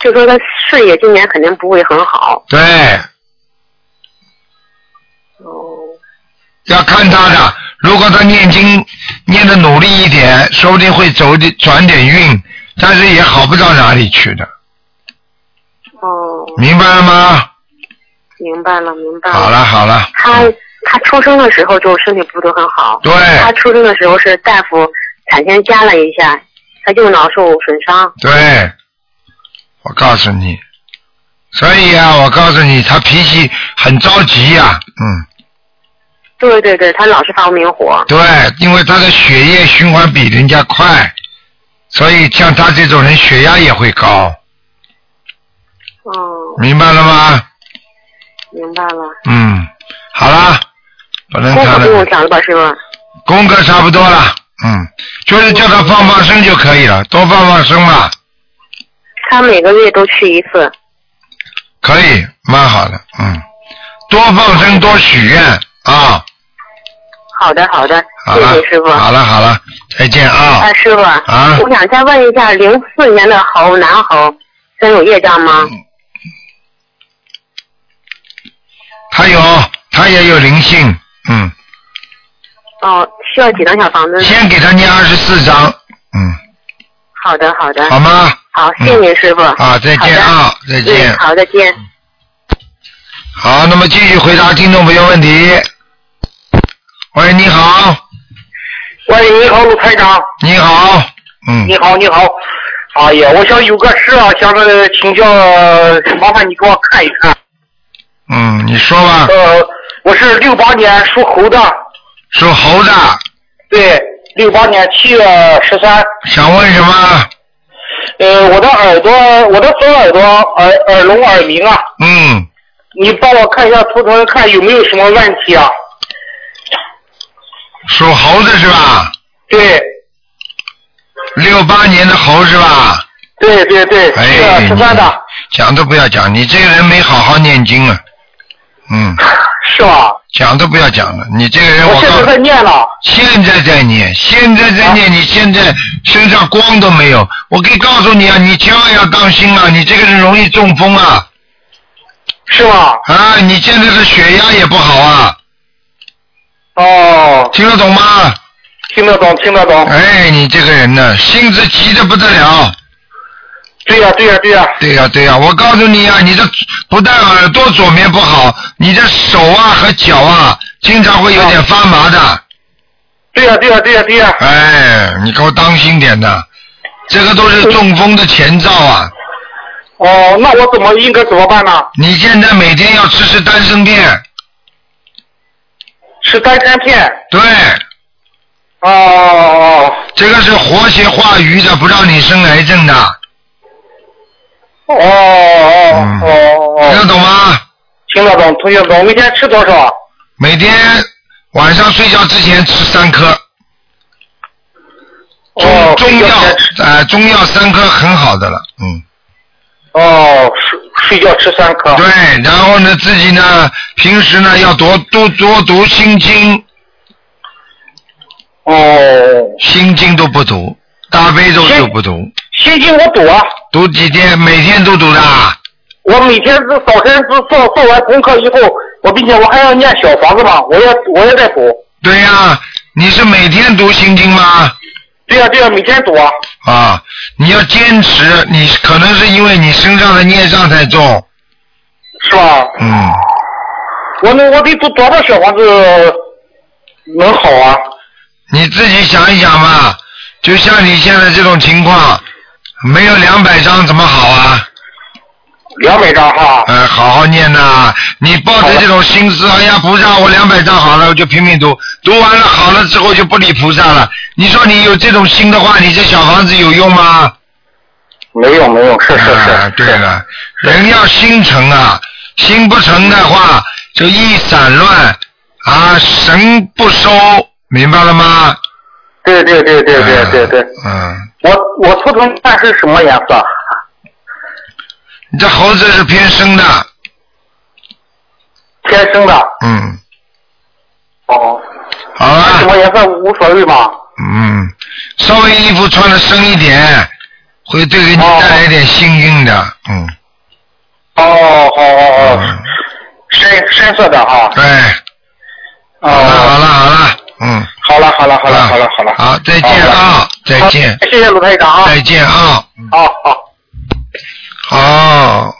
[SPEAKER 9] 就说他事业今年肯定不会很好。
[SPEAKER 1] 对，
[SPEAKER 9] 哦，
[SPEAKER 1] 要看他的。如果他念经念的努力一点，说不定会走点转点运，但是也好不到哪里去的，
[SPEAKER 9] 哦，
[SPEAKER 1] 明白了吗？
[SPEAKER 9] 明白了，明
[SPEAKER 4] 啊
[SPEAKER 9] 白了。
[SPEAKER 1] 好了好了，
[SPEAKER 9] 他他出生的时候就身体不是很好，
[SPEAKER 1] 对
[SPEAKER 9] 他出生的时候是大夫产前加了一下，他右脑受损伤。
[SPEAKER 1] 对，我告诉你，所以啊，我告诉你，他脾气很着急呀、嗯，
[SPEAKER 9] 对对对，他老是发明火。
[SPEAKER 1] 对，因为他的血液循环比人家快，所以像他这种人血压也会高，
[SPEAKER 9] 哦，
[SPEAKER 1] 明白了吗？
[SPEAKER 9] 明白了。
[SPEAKER 1] 嗯，好啦，不能
[SPEAKER 9] 功
[SPEAKER 1] 看
[SPEAKER 9] 课不用
[SPEAKER 1] 了，
[SPEAKER 9] 讲了吧，师傅？
[SPEAKER 1] 功课差不多了，嗯，就是叫他放放生就可以了，多放放生嘛，
[SPEAKER 9] 他每个月都去一次。
[SPEAKER 1] 可以，蛮好的，嗯，多放生多许愿啊，
[SPEAKER 9] 好的，好的，
[SPEAKER 1] 好
[SPEAKER 9] 谢
[SPEAKER 1] 了
[SPEAKER 9] 谢师，傅。
[SPEAKER 1] 好了好了，再见啊
[SPEAKER 9] 哎，，师傅，
[SPEAKER 1] 啊
[SPEAKER 9] 我想再问一下，零四年的猴男猴身有业障吗？
[SPEAKER 1] 嗯他有他也有灵性，嗯，
[SPEAKER 9] 哦，需要几张小房子呢？
[SPEAKER 1] 先给他念二十四章，嗯，
[SPEAKER 9] 好的，好的，
[SPEAKER 1] 好吗？
[SPEAKER 9] 好，谢谢您，师傅。
[SPEAKER 1] 啊，再见啊，再见
[SPEAKER 9] 嗯，。好，再见。
[SPEAKER 1] 好，那么继续回答听众朋友问题。喂，你好，
[SPEAKER 4] 喂，你好，卢台长，
[SPEAKER 1] 你好，嗯，
[SPEAKER 4] 你好，你好。哎呀，我想有个事啊，想着请教，麻烦你给我看一看。
[SPEAKER 1] 嗯，你说吧，
[SPEAKER 4] 呃，我是六八年属猴的，
[SPEAKER 1] 属猴啊的，
[SPEAKER 4] 对，六八年七月十三。
[SPEAKER 1] 想问什么？
[SPEAKER 4] 呃，我的耳朵，我的左耳朵耳耳聋耳鸣啊，
[SPEAKER 1] 嗯，
[SPEAKER 4] 你帮我看一下图腾，看有没有什么问题啊？
[SPEAKER 1] 属猴子是吧？
[SPEAKER 4] 对，
[SPEAKER 1] 六八年的猴是吧？
[SPEAKER 4] 对对对，七月
[SPEAKER 1] 哎，
[SPEAKER 4] 十三的，
[SPEAKER 1] 你讲都不要讲，你这个人没好好念经啊。嗯，
[SPEAKER 4] 是吧？
[SPEAKER 1] 讲都不要讲了，你这个人
[SPEAKER 4] 我
[SPEAKER 1] 哎我
[SPEAKER 4] 现
[SPEAKER 1] 告
[SPEAKER 4] 在
[SPEAKER 1] 诉
[SPEAKER 4] 在
[SPEAKER 1] 你，
[SPEAKER 4] 念了。
[SPEAKER 1] 现在在念，现在在念，你现在身上光都没有。我可以告诉你啊，你千万要当心啊，你这个人容易中风啊。
[SPEAKER 4] 是吗？
[SPEAKER 1] 啊，你现在的血压也不好啊，
[SPEAKER 4] 哦，
[SPEAKER 1] 听得懂吗？
[SPEAKER 4] 听得懂，听得懂。
[SPEAKER 1] 哎，你这个人呢，性子急得不得了。
[SPEAKER 4] 对呀、对呀、对呀、
[SPEAKER 1] 对呀、对呀、我告诉你啊，你的不但耳朵左面不好，你的手啊和脚啊经常会有点发麻的。
[SPEAKER 4] 对呀、对呀、对呀、对呀、
[SPEAKER 1] 哎，你给我当心点呐，这个都是中风的前兆啊！
[SPEAKER 4] 哦，那我怎么应该怎么办呢？
[SPEAKER 1] 你现在每天要吃吃丹参片，
[SPEAKER 4] 吃丹参片。
[SPEAKER 1] 对，
[SPEAKER 4] 哦哦
[SPEAKER 1] 这个是活血化瘀的，不让你生癌症的，
[SPEAKER 4] 哦
[SPEAKER 1] 嗯
[SPEAKER 4] 哦哦
[SPEAKER 1] 听得
[SPEAKER 4] 哦，
[SPEAKER 1] 懂吗？
[SPEAKER 4] 听得懂，听得懂。每天吃多少？啊
[SPEAKER 1] 每天晚上睡觉之前吃三颗，
[SPEAKER 4] 哦
[SPEAKER 1] 中，中药
[SPEAKER 4] 睡觉前哦吃。
[SPEAKER 1] 呃中药三颗很好的了，嗯，
[SPEAKER 4] 哦，睡睡觉吃三颗。
[SPEAKER 1] 对，然后呢自己呢平时呢要多多多读心经，
[SPEAKER 4] 哦，
[SPEAKER 1] 心经都不读，大悲咒就不读，
[SPEAKER 4] 心经我读啊，
[SPEAKER 1] 读几天每天都读的啊，
[SPEAKER 4] 我每天是早晨是做做完功课以后，我并且我还要念小房子嘛，我也我也在读。
[SPEAKER 1] 对呀、你是每天读心经吗？
[SPEAKER 4] 对呀、对呀、每天读啊。
[SPEAKER 1] 啊，你要坚持，你可能是因为你身上的孽障太重，
[SPEAKER 4] 是吧？
[SPEAKER 1] 嗯，
[SPEAKER 4] 我能我得读多少小房子能好啊？
[SPEAKER 1] 你自己想一想吧，就像你现在这种情况，没有两百张怎么好啊？
[SPEAKER 4] 两百张哈。
[SPEAKER 1] 呃，好好念呐、你抱着这种心思，哎呀，菩萨，我两百张好了，我就拼命读，读完了好了之后就不理菩萨了。你说你有这种心的话，你这小房子有用吗？
[SPEAKER 4] 没有没有，是是是。
[SPEAKER 1] 啊对了，人要心诚啊，心不诚的话就一散乱啊，神不收，明白了吗？
[SPEAKER 4] 对对对对对对对，
[SPEAKER 1] 嗯，
[SPEAKER 4] 我我图腾看是什么颜色？
[SPEAKER 1] 你这猴子是偏生的，
[SPEAKER 4] 天生的。
[SPEAKER 1] 嗯，
[SPEAKER 4] 哦。
[SPEAKER 1] 好
[SPEAKER 4] 什
[SPEAKER 1] 了，
[SPEAKER 4] 么颜色无所谓嘛。
[SPEAKER 1] 嗯，稍微衣服穿的深一点，会对给你带来一点幸运的，嗯，
[SPEAKER 10] 哦哦哦哦，深深色的哈。
[SPEAKER 1] 对，
[SPEAKER 4] 啊
[SPEAKER 10] 哦，好
[SPEAKER 1] 了哎好了，嗯，
[SPEAKER 10] 好了好了好了好了好了，
[SPEAKER 1] 好，再见啊，再见，
[SPEAKER 10] 谢谢卢台长啊，
[SPEAKER 1] 再见啊，
[SPEAKER 4] 哦
[SPEAKER 10] 好好。
[SPEAKER 1] 好，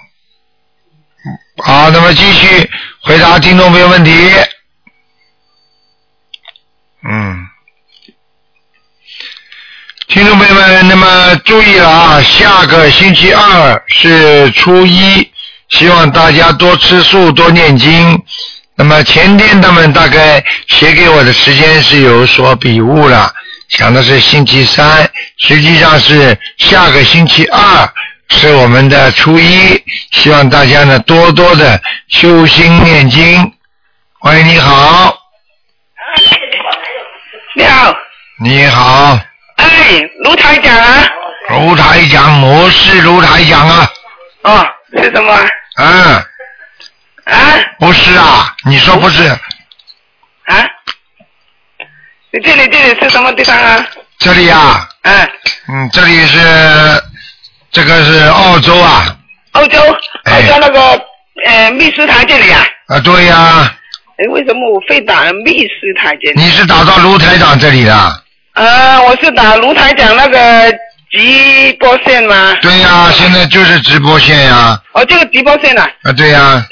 [SPEAKER 1] 好，那么继续回答听众朋友问题。嗯，听众朋友们，那么注意了啊，下个星期二是初一，希望大家多吃素，多念经。那么前天他们大概写给我的时间是有所笔误了，想的是星期三，实际上是下个星期二。是我们的初一，希望大家呢多多的修心念经。喂，你好，
[SPEAKER 11] 你好，
[SPEAKER 1] 你好，
[SPEAKER 11] 哎，卢台长啊，
[SPEAKER 1] 卢台长，我是卢台长啊，
[SPEAKER 11] 哦，是什么？
[SPEAKER 1] 嗯，
[SPEAKER 11] 啊，
[SPEAKER 1] 不是啊，你说不是？
[SPEAKER 11] 啊？你这里这里是什么地方啊？
[SPEAKER 1] 这里啊，
[SPEAKER 11] 嗯，
[SPEAKER 1] 嗯，这里是这个是澳洲啊，
[SPEAKER 11] 欧洲，
[SPEAKER 1] 哎
[SPEAKER 11] 澳洲那个呃秘书台这里啊。
[SPEAKER 1] 啊，对呀、
[SPEAKER 11] 哎，为什么我非打秘书台这里？
[SPEAKER 1] 你是打到卢台长这里的？
[SPEAKER 11] 啊，我是打卢台长那个直播线吗？
[SPEAKER 1] 对呀、现在就是直播线呀、啊，
[SPEAKER 11] 哦，这个直播线啊，
[SPEAKER 1] 对呀、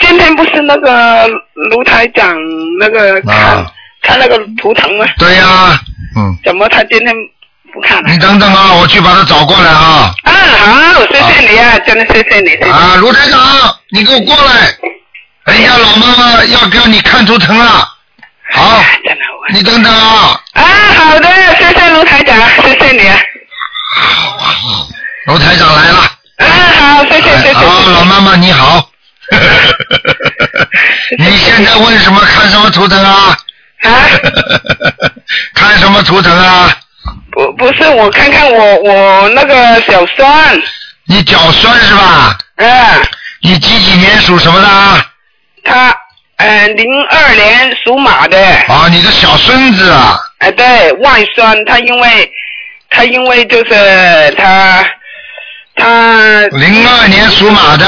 [SPEAKER 11] 今天不是那个卢台长那个看、
[SPEAKER 1] 啊
[SPEAKER 11] 看那个图腾吗？
[SPEAKER 1] 对呀、嗯，
[SPEAKER 11] 怎么他今天不看了？
[SPEAKER 1] 你等等啊，我去把他找过来啊。
[SPEAKER 11] 啊，好，谢谢你啊，真的谢谢你。谢谢你
[SPEAKER 1] 啊，卢台长，你给我过来！人家老妈妈要让你看图腾了。好，你等等啊，
[SPEAKER 11] 啊，好的，谢谢卢台长，谢谢你。
[SPEAKER 1] 啊卢台长来了。哎
[SPEAKER 11] 啊，好，谢谢谢谢。
[SPEAKER 1] 啊好，老妈妈你好。你现在问什么？看什么图腾啊？
[SPEAKER 11] 啊？
[SPEAKER 1] 看什么图腾啊？
[SPEAKER 11] 不不是，我看看我我那个小酸，
[SPEAKER 1] 你脚酸是吧？
[SPEAKER 11] 嗯，
[SPEAKER 1] 你几几年属什么的啊？
[SPEAKER 11] 他呃零二年属马的，
[SPEAKER 1] 啊，你的小孙子啊，
[SPEAKER 11] 哎、对外酸，他因为他因为就是他他
[SPEAKER 1] 零二年属马的，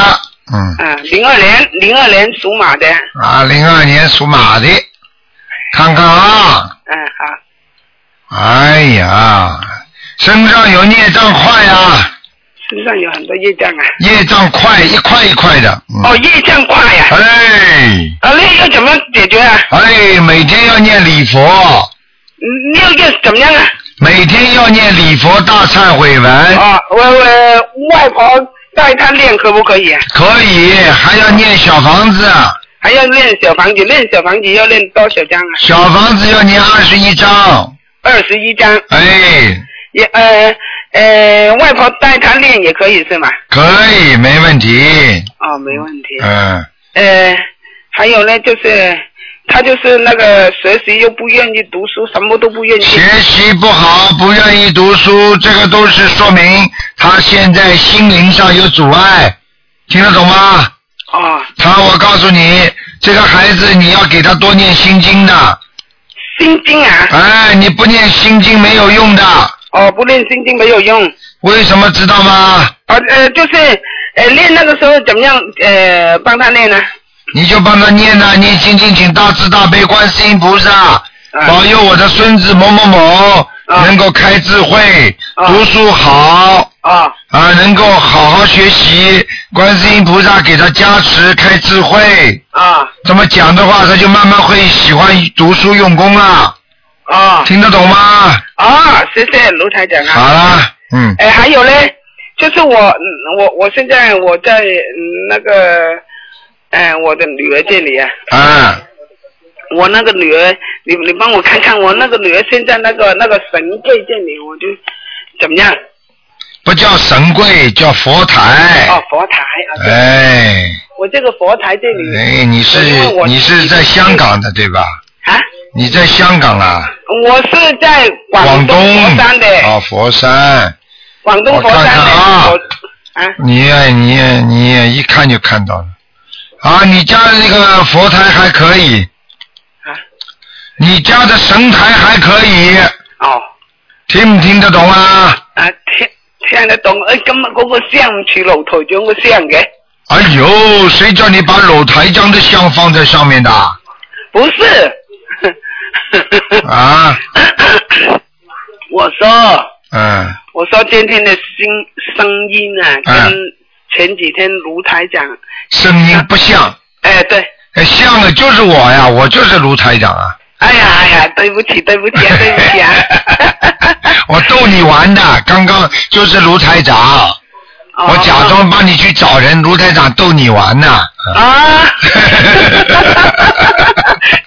[SPEAKER 1] 嗯，
[SPEAKER 11] 啊零二年零二年属马的，
[SPEAKER 1] 啊，零二年属马的，看看啊，
[SPEAKER 11] 嗯好，
[SPEAKER 1] 哎呀，身上有孽障块啊，
[SPEAKER 11] 身上有很多业障啊，
[SPEAKER 1] 业障块一块一块的，嗯
[SPEAKER 11] 哦业障快呀、啊，
[SPEAKER 1] 哎
[SPEAKER 11] 啊那要怎么解决啊？
[SPEAKER 1] 哎，每天要念礼佛，
[SPEAKER 11] 嗯那要怎么样啊？
[SPEAKER 1] 每天要念礼佛大忏悔文，
[SPEAKER 11] 啊我我外婆带他练可不可以啊？
[SPEAKER 1] 可以，还要念小房子，
[SPEAKER 11] 还要练小房子，练小房子要练多少张啊？
[SPEAKER 1] 小房子要念二十一章，
[SPEAKER 11] 二十一张，
[SPEAKER 1] 哎，
[SPEAKER 11] 也呃呃，外婆带他练也可以是吗？
[SPEAKER 1] 可以，没问题，
[SPEAKER 11] 哦，没问题。
[SPEAKER 1] 嗯，
[SPEAKER 11] 呃，还有呢，就是他就是那个学习又不愿意读书，什么都不愿意。
[SPEAKER 1] 学习不好，不愿意读书，这个都是说明他现在心灵上有阻碍，听得懂吗？
[SPEAKER 11] 哦，
[SPEAKER 1] 他，我告诉你，这个孩子你要给他多念心经的，
[SPEAKER 11] 心经啊，
[SPEAKER 1] 哎，你不念心经没有用的，
[SPEAKER 11] 哦，不练心经没有用。
[SPEAKER 1] 为什么知道吗？
[SPEAKER 11] 啊呃，就是呃练那个时候怎么样呃帮他练呢？
[SPEAKER 1] 你就帮他念呐、念心经，请大慈大悲观世音菩萨保佑我的孙子某某某能够开智慧，读书好
[SPEAKER 11] 啊
[SPEAKER 1] 啊，能够好好学习，观世音菩萨给他加持开智慧。
[SPEAKER 11] 啊
[SPEAKER 1] 这么讲的话，他就慢慢会喜欢读书用功了，
[SPEAKER 11] 啊
[SPEAKER 1] 听得懂吗？
[SPEAKER 11] 啊！谢谢卢台长
[SPEAKER 1] 好
[SPEAKER 11] 啊。
[SPEAKER 1] 啦，嗯，
[SPEAKER 11] 哎、还有呢，就是我嗯我我现在我在嗯那个嗯、我的女儿这里啊，
[SPEAKER 1] 啊，
[SPEAKER 11] 我那个女儿，你你帮我看看我那个女儿现在那个那个神柜这里，我就怎么样？
[SPEAKER 1] 不叫神柜，叫佛台。
[SPEAKER 11] 哦，佛台啊，对
[SPEAKER 1] 哎，
[SPEAKER 11] 我这个佛台这里
[SPEAKER 1] 哎，你是
[SPEAKER 11] 因为我
[SPEAKER 1] 你是在香港的对吧？
[SPEAKER 11] 啊，
[SPEAKER 1] 你在香港啊？
[SPEAKER 11] 我是在
[SPEAKER 1] 广
[SPEAKER 11] 广
[SPEAKER 1] 东
[SPEAKER 11] 佛山的，
[SPEAKER 1] 啊，佛山，
[SPEAKER 11] 广东佛山
[SPEAKER 1] 我看
[SPEAKER 11] 的，
[SPEAKER 1] 看啊
[SPEAKER 11] 我啊
[SPEAKER 1] 你你你一看就看到了，啊，你家的那个佛台还可以，
[SPEAKER 11] 啊
[SPEAKER 1] 你家的神台还可以，
[SPEAKER 11] 哦
[SPEAKER 1] 听不听得懂啊？
[SPEAKER 11] 啊听聽得懂，誒咁嗰個聲唔似盧台長個聲嘅，
[SPEAKER 1] 哎呦，谁叫你把楼台江的香放在上面的？
[SPEAKER 11] 不是。
[SPEAKER 1] 啊，
[SPEAKER 11] 我说，
[SPEAKER 1] 嗯，
[SPEAKER 11] 我说今天的声声音啊，
[SPEAKER 1] 嗯
[SPEAKER 11] 跟前几天卢台长，
[SPEAKER 1] 声音不像，
[SPEAKER 11] 哎对，
[SPEAKER 1] 哎像的就是我呀，我就是卢台长啊，
[SPEAKER 11] 哎呀哎呀，对不起对不 起啊对不起啊，
[SPEAKER 1] 我逗你玩的，刚刚就是卢台长，我假装帮你去找人，卢台长逗你玩呢。
[SPEAKER 11] 啊，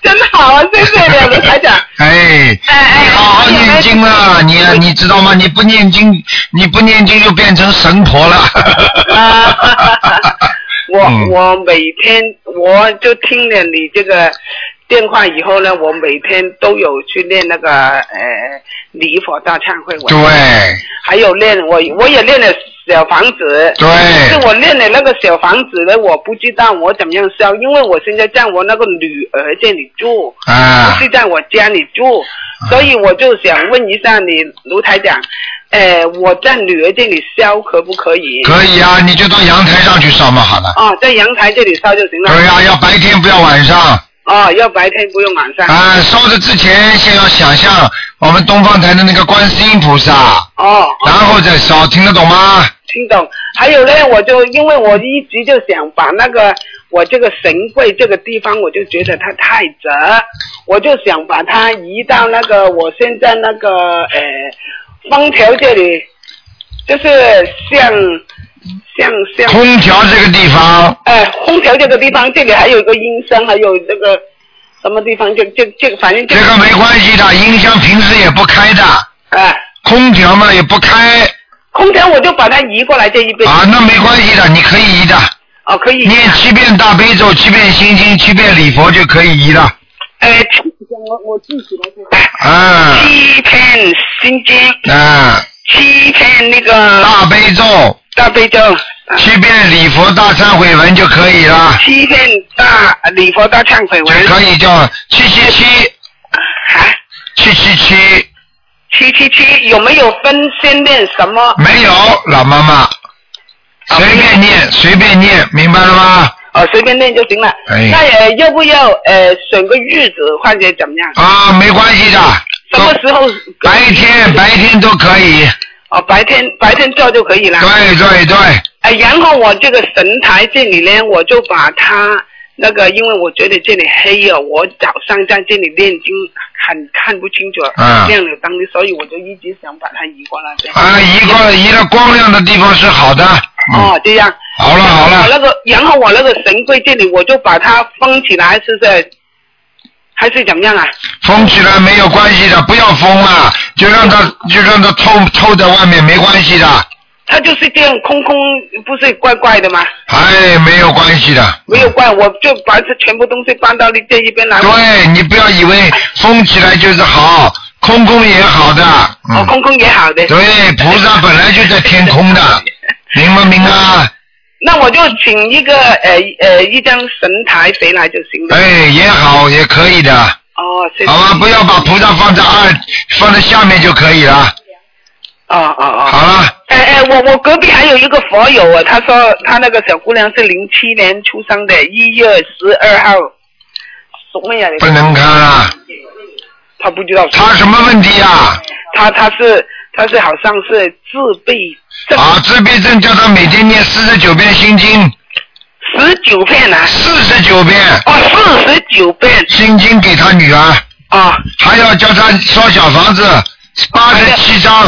[SPEAKER 11] 真好啊，谢谢你卢台长，
[SPEAKER 1] 哎，你好好念经啦！你啊你知道吗？你不念经，你不念经就变成神婆了。
[SPEAKER 11] 我、
[SPEAKER 1] 嗯
[SPEAKER 11] 我每天我就听了你这个电话以后呢，我每天都有去练那个呃礼佛大忏悔文，
[SPEAKER 1] 对，
[SPEAKER 11] 还有练我我也练了小房子，
[SPEAKER 1] 对
[SPEAKER 11] 但是我练了那个小房子呢，我不知道我怎么样烧，因为我现在在我那个女儿这里住，
[SPEAKER 1] 啊
[SPEAKER 11] 不是在我家里住，所以我就想问一下你卢台长，呃，我在女儿这里烧可不可以？
[SPEAKER 1] 可以啊，你就到阳台上去烧嘛，好了。
[SPEAKER 11] 哦，在阳台这里烧就行了。
[SPEAKER 1] 对呀、要白天不要晚上。
[SPEAKER 11] 哦，要白天不用晚上。
[SPEAKER 1] 啊，烧的之前先要想象我们东方台的那个观世音菩萨，
[SPEAKER 11] 哦，
[SPEAKER 1] 然后再烧，听得懂吗？
[SPEAKER 11] 听懂。还有呢，我就因为我一直就想把那个我这个神柜这个地方，我就觉得它太窄，我就想把它移到那个我现在那个呃空调这里，就是像像像
[SPEAKER 1] 空调这个地方，
[SPEAKER 11] 哎、空调这个地方，这里还有一个音箱，还有那个什么地方，就就就反正就
[SPEAKER 1] 这个没关系的，音箱平时也不开的，
[SPEAKER 11] 哎、
[SPEAKER 1] 空调嘛也不开
[SPEAKER 11] 空调我就把它移过来这一边。
[SPEAKER 1] 啊，那没关系的，你可以移的。
[SPEAKER 11] 哦，可以。
[SPEAKER 1] 念七遍大悲咒，七遍心经，七遍礼佛就可以移了。
[SPEAKER 11] 哎，我我记起来就
[SPEAKER 1] 啊
[SPEAKER 11] 七天心经，
[SPEAKER 1] 啊，
[SPEAKER 11] 七天那个
[SPEAKER 1] 大悲咒，
[SPEAKER 11] 大悲咒，
[SPEAKER 1] 七遍礼佛大忏悔文就可以了，
[SPEAKER 11] 七天大礼佛大忏悔
[SPEAKER 1] 就
[SPEAKER 11] 文，
[SPEAKER 1] 可以叫七七七
[SPEAKER 11] 啊，
[SPEAKER 1] 七七七。
[SPEAKER 11] 七七七有没有分先念什么？
[SPEAKER 1] 没有，老妈
[SPEAKER 11] 啊
[SPEAKER 1] 妈，随便念，随便念，明白了吗？
[SPEAKER 11] 哦，随便念就行了。
[SPEAKER 1] 哎
[SPEAKER 11] 那也要不要呃选个日子或者怎么样？
[SPEAKER 1] 啊，没关系的，
[SPEAKER 11] 什么时候？
[SPEAKER 1] 白天白天都可以。
[SPEAKER 11] 哦，白天白天做就可以了。
[SPEAKER 1] 对对对，
[SPEAKER 11] 哎，然后我这个神台这里呢，我就把它那个，因为我觉得这里黑哦，我早上在这里念经很看不清楚
[SPEAKER 1] 嗯
[SPEAKER 11] 亮了灯，所以我就一直想把它移过来。这样
[SPEAKER 1] 啊，移过移到光亮的地方是好的。嗯，
[SPEAKER 11] 哦，这样。
[SPEAKER 1] 好了好
[SPEAKER 11] 我那
[SPEAKER 1] 了，
[SPEAKER 11] 个，然后我那个神柜这里，我就把它封起来，是不是？还是怎么样啊？
[SPEAKER 1] 封起来没有关系的，不要封啊，就让它就让它透透在外面，没关系的。
[SPEAKER 11] 它就是这样空空，不是怪怪的吗？
[SPEAKER 1] 哎，没有关系的。嗯
[SPEAKER 11] 没有怪，我就把这全部东西搬到这一边来。
[SPEAKER 1] 对你不要以为封起来就是好，空空也好的。
[SPEAKER 11] 哦，
[SPEAKER 1] 嗯，
[SPEAKER 11] 空空也好的。
[SPEAKER 1] 对，菩萨本来就在天空 的，明不明啊？
[SPEAKER 11] 那我就请一个呃呃一张神台回来就行了。
[SPEAKER 1] 哎，也好，也可以的，
[SPEAKER 11] 哦，谢谢。
[SPEAKER 1] 好啊吧，不要把菩萨放在二，放在下面就可以了。
[SPEAKER 11] 哦哦哦。
[SPEAKER 1] 好了，
[SPEAKER 11] 哎哎，我我隔壁还有一个佛友啊，他说他那个小姑娘是零七年出生的，一月十二号，什么呀？
[SPEAKER 1] 不能看了。
[SPEAKER 11] 他不知道。
[SPEAKER 1] 他什么问题啊？
[SPEAKER 11] 他他是他是好像是自闭症，
[SPEAKER 1] 啊，自闭症叫他每天念四十九遍心经，
[SPEAKER 11] 十九片啊，
[SPEAKER 1] 四十九遍
[SPEAKER 11] 哦，四十九遍
[SPEAKER 1] 心经给他女儿，
[SPEAKER 11] 啊，
[SPEAKER 1] 还要叫他烧小房子，八十七张，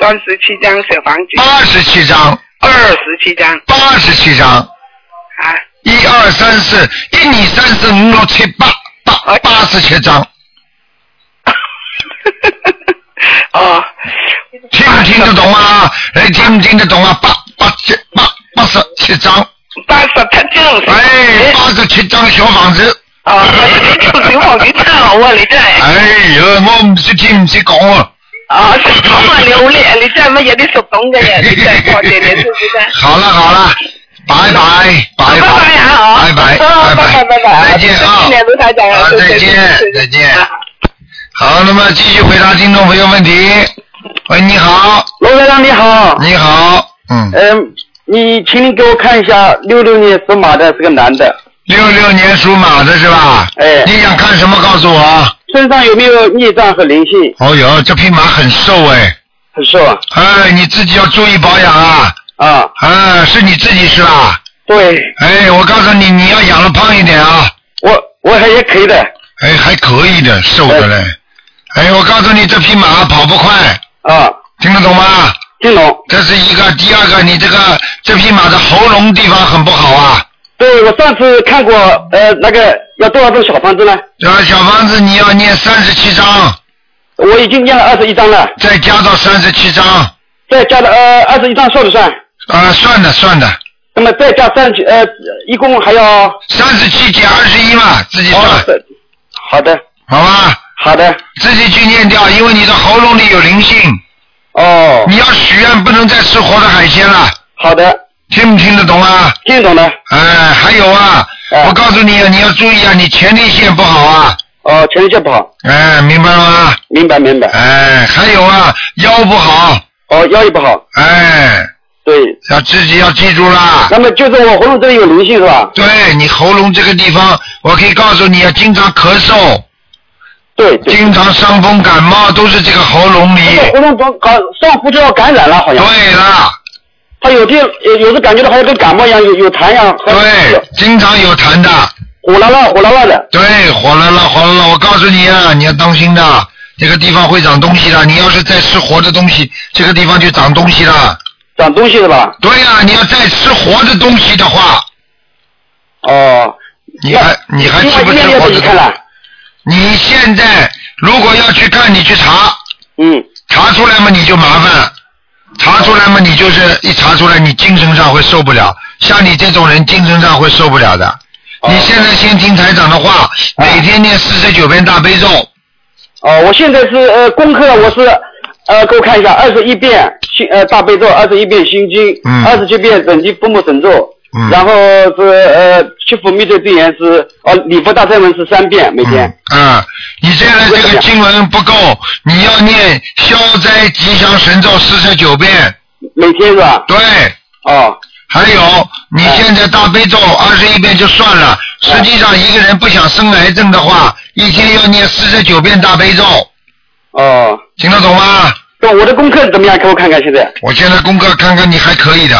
[SPEAKER 11] 三十七张小房子，
[SPEAKER 1] 八十七张，
[SPEAKER 11] 二十七张
[SPEAKER 1] 八十七张，
[SPEAKER 11] 啊，
[SPEAKER 1] 一二三四，一二三四五六七八八
[SPEAKER 11] 哎
[SPEAKER 1] 八十七张，
[SPEAKER 11] 哦，
[SPEAKER 1] 听不听得懂啊？哎，听不听得懂啊？八八七八八十七张，
[SPEAKER 11] 八十他这种是
[SPEAKER 1] 哎，八十七张小房子。
[SPEAKER 11] 啊，你做小房子真好啊，你真系
[SPEAKER 1] 哎呀，我唔识听唔识讲啊！
[SPEAKER 11] 啊，食堂啊，你好叻啊，你真系乜嘢都熟懂嘅人，你真系多谢你，知唔知啫？
[SPEAKER 1] 好了好了，拜拜拜
[SPEAKER 11] 拜拜啊！
[SPEAKER 1] 拜拜
[SPEAKER 11] 啊拜拜拜拜，
[SPEAKER 1] 再见啊
[SPEAKER 11] 新年卢台长
[SPEAKER 1] 好，再见再见。好，那么继续回答听众朋友问题。喂，你好，
[SPEAKER 11] 卢台长
[SPEAKER 4] 长你好。
[SPEAKER 1] 你好。嗯。
[SPEAKER 4] 嗯，你请你给我看一下，六六年属马的是个男的。
[SPEAKER 1] 六六年属马的是吧？
[SPEAKER 4] 哎。
[SPEAKER 1] 你想看什么？告诉我。
[SPEAKER 4] 身上有没有孽障和灵性？
[SPEAKER 1] 哦哟，这匹马很瘦哎。
[SPEAKER 4] 很瘦啊。
[SPEAKER 1] 哎，你自己要注意保养啊。
[SPEAKER 4] 啊。
[SPEAKER 1] 啊，是你自己是吧？
[SPEAKER 4] 对。
[SPEAKER 1] 哎，我告诉你，你要养的胖一点啊。
[SPEAKER 4] 我我还也可以的。
[SPEAKER 1] 哎，还可以的，瘦的嘞。哎，我告诉你，这匹马跑不快。
[SPEAKER 4] 啊。
[SPEAKER 1] 听得懂吗？
[SPEAKER 4] 听懂。
[SPEAKER 1] 这是一个，第二个，你这个这匹马的喉咙地方很不好啊。
[SPEAKER 4] 对，我上次看过，呃，那个要多少栋小房子呢？
[SPEAKER 1] 啊，小房子你要念三十七章。
[SPEAKER 4] 我已经念了二十一章了。
[SPEAKER 1] 再加到三十七章。
[SPEAKER 4] 再加到呃二十一章算不算？
[SPEAKER 1] 啊，算的算的。
[SPEAKER 4] 那么再加三十呃，一共还要哦
[SPEAKER 1] 三十七减二十一嘛，自己算。
[SPEAKER 4] 好的，
[SPEAKER 1] 好吧。
[SPEAKER 4] 好的。
[SPEAKER 1] 自己去念掉，因为你的喉咙里有灵性。
[SPEAKER 4] 哦。
[SPEAKER 1] 你要许愿，不能再吃活的海鲜了。
[SPEAKER 4] 好的。
[SPEAKER 1] 听不听得懂啊？
[SPEAKER 4] 听懂了。
[SPEAKER 1] 哎，还有啊，我告诉你啊，你要注意啊，你前列腺不好啊。
[SPEAKER 4] 哦，前列腺不好。
[SPEAKER 1] 哎，明白了吗？
[SPEAKER 4] 明白明白。
[SPEAKER 1] 哎，还有啊，腰不好。
[SPEAKER 4] 哦，腰也不好。
[SPEAKER 1] 哎。
[SPEAKER 4] 对。
[SPEAKER 1] 要自己要记住啦。
[SPEAKER 4] 那么就是我喉咙这里有灵性是吧？
[SPEAKER 1] 对你喉咙这个地方，我可以告诉你啊，经常咳嗽。
[SPEAKER 4] 对。
[SPEAKER 1] 经常伤风感冒都是这个喉咙里。
[SPEAKER 4] 喉咙总搞上呼就要感染了，好像。
[SPEAKER 1] 对了。
[SPEAKER 4] 他有的有有时感觉到好像跟感冒一样，有有痰呀。
[SPEAKER 1] 对，经常有痰的。
[SPEAKER 4] 火辣辣，火辣辣的。
[SPEAKER 1] 对，火辣辣，火辣辣，我告诉你啊，你要当心的，这个地方会长东西的。你要是再吃活的东西，这个地方就长东西了。
[SPEAKER 4] 长东西是吧？
[SPEAKER 1] 对呀、你要再吃活的东西的话，
[SPEAKER 4] 哦。
[SPEAKER 1] 你还你还吃不吃
[SPEAKER 4] 另外一面要
[SPEAKER 1] 活
[SPEAKER 4] 自
[SPEAKER 1] 的东
[SPEAKER 4] 己看
[SPEAKER 1] 西
[SPEAKER 4] 了？
[SPEAKER 1] 你现在如果要去看，你去查。
[SPEAKER 4] 嗯。
[SPEAKER 1] 查出来嘛，你就麻烦。查出来嘛，你就是一查出来，你精神上会受不了。像你这种人，精神上会受不了的。你现在先听台长的话，每天念四十九遍大悲咒。
[SPEAKER 4] 哦，我现在是呃功课我是呃给我看一下，二十一遍心呃大悲咒，二十一遍心经，
[SPEAKER 1] 嗯
[SPEAKER 4] 二十七遍准提父母神咒，
[SPEAKER 1] 嗯
[SPEAKER 4] 然后是呃七佛密咒真言是哦礼佛大忏文是三遍每天。
[SPEAKER 1] 啊，你现在这个经文不够，你要念消灾吉祥神咒四十九遍。
[SPEAKER 4] 每天是吧？
[SPEAKER 1] 对。
[SPEAKER 4] 哦。
[SPEAKER 1] 还有，你现在大悲咒二十一遍就算了，实际上一个人不想生癌症的话，一天要念四十九遍大悲咒。
[SPEAKER 4] 哦。
[SPEAKER 1] 听得懂吗？
[SPEAKER 4] 懂。我的功课怎么样？给我看看现在。
[SPEAKER 1] 我现在功课看看你还可以的。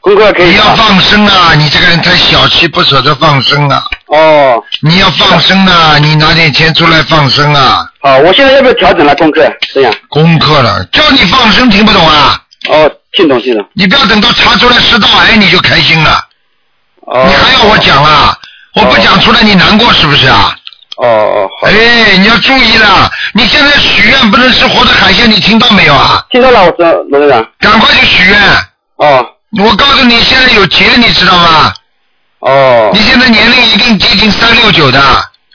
[SPEAKER 4] 功课可以。
[SPEAKER 1] 你要放生啊！你这个人太小气，不舍得放生啊。
[SPEAKER 4] 哦。
[SPEAKER 1] 你要放生啊！你拿点钱出来放生啊！
[SPEAKER 4] 好，我现在要不要调整了功课？这样。
[SPEAKER 1] 功课了，叫你放生听不懂啊？
[SPEAKER 4] 哦，听懂听懂。
[SPEAKER 1] 你不要等到查出来食道癌你就开心了。
[SPEAKER 4] 哦
[SPEAKER 1] 你还要我讲啊？我不讲出来你难过是不是啊？
[SPEAKER 4] 哦哦。
[SPEAKER 1] 哎，你要注意了，你现在许愿不能吃活的海鲜，你听到没有啊？
[SPEAKER 4] 听到了，我知道，罗队长。
[SPEAKER 1] 赶快去许愿。
[SPEAKER 4] 哦。
[SPEAKER 1] 我告诉你，现在有劫，你知道吗？
[SPEAKER 4] 哦。
[SPEAKER 1] 你现在年龄一定接近三六九的。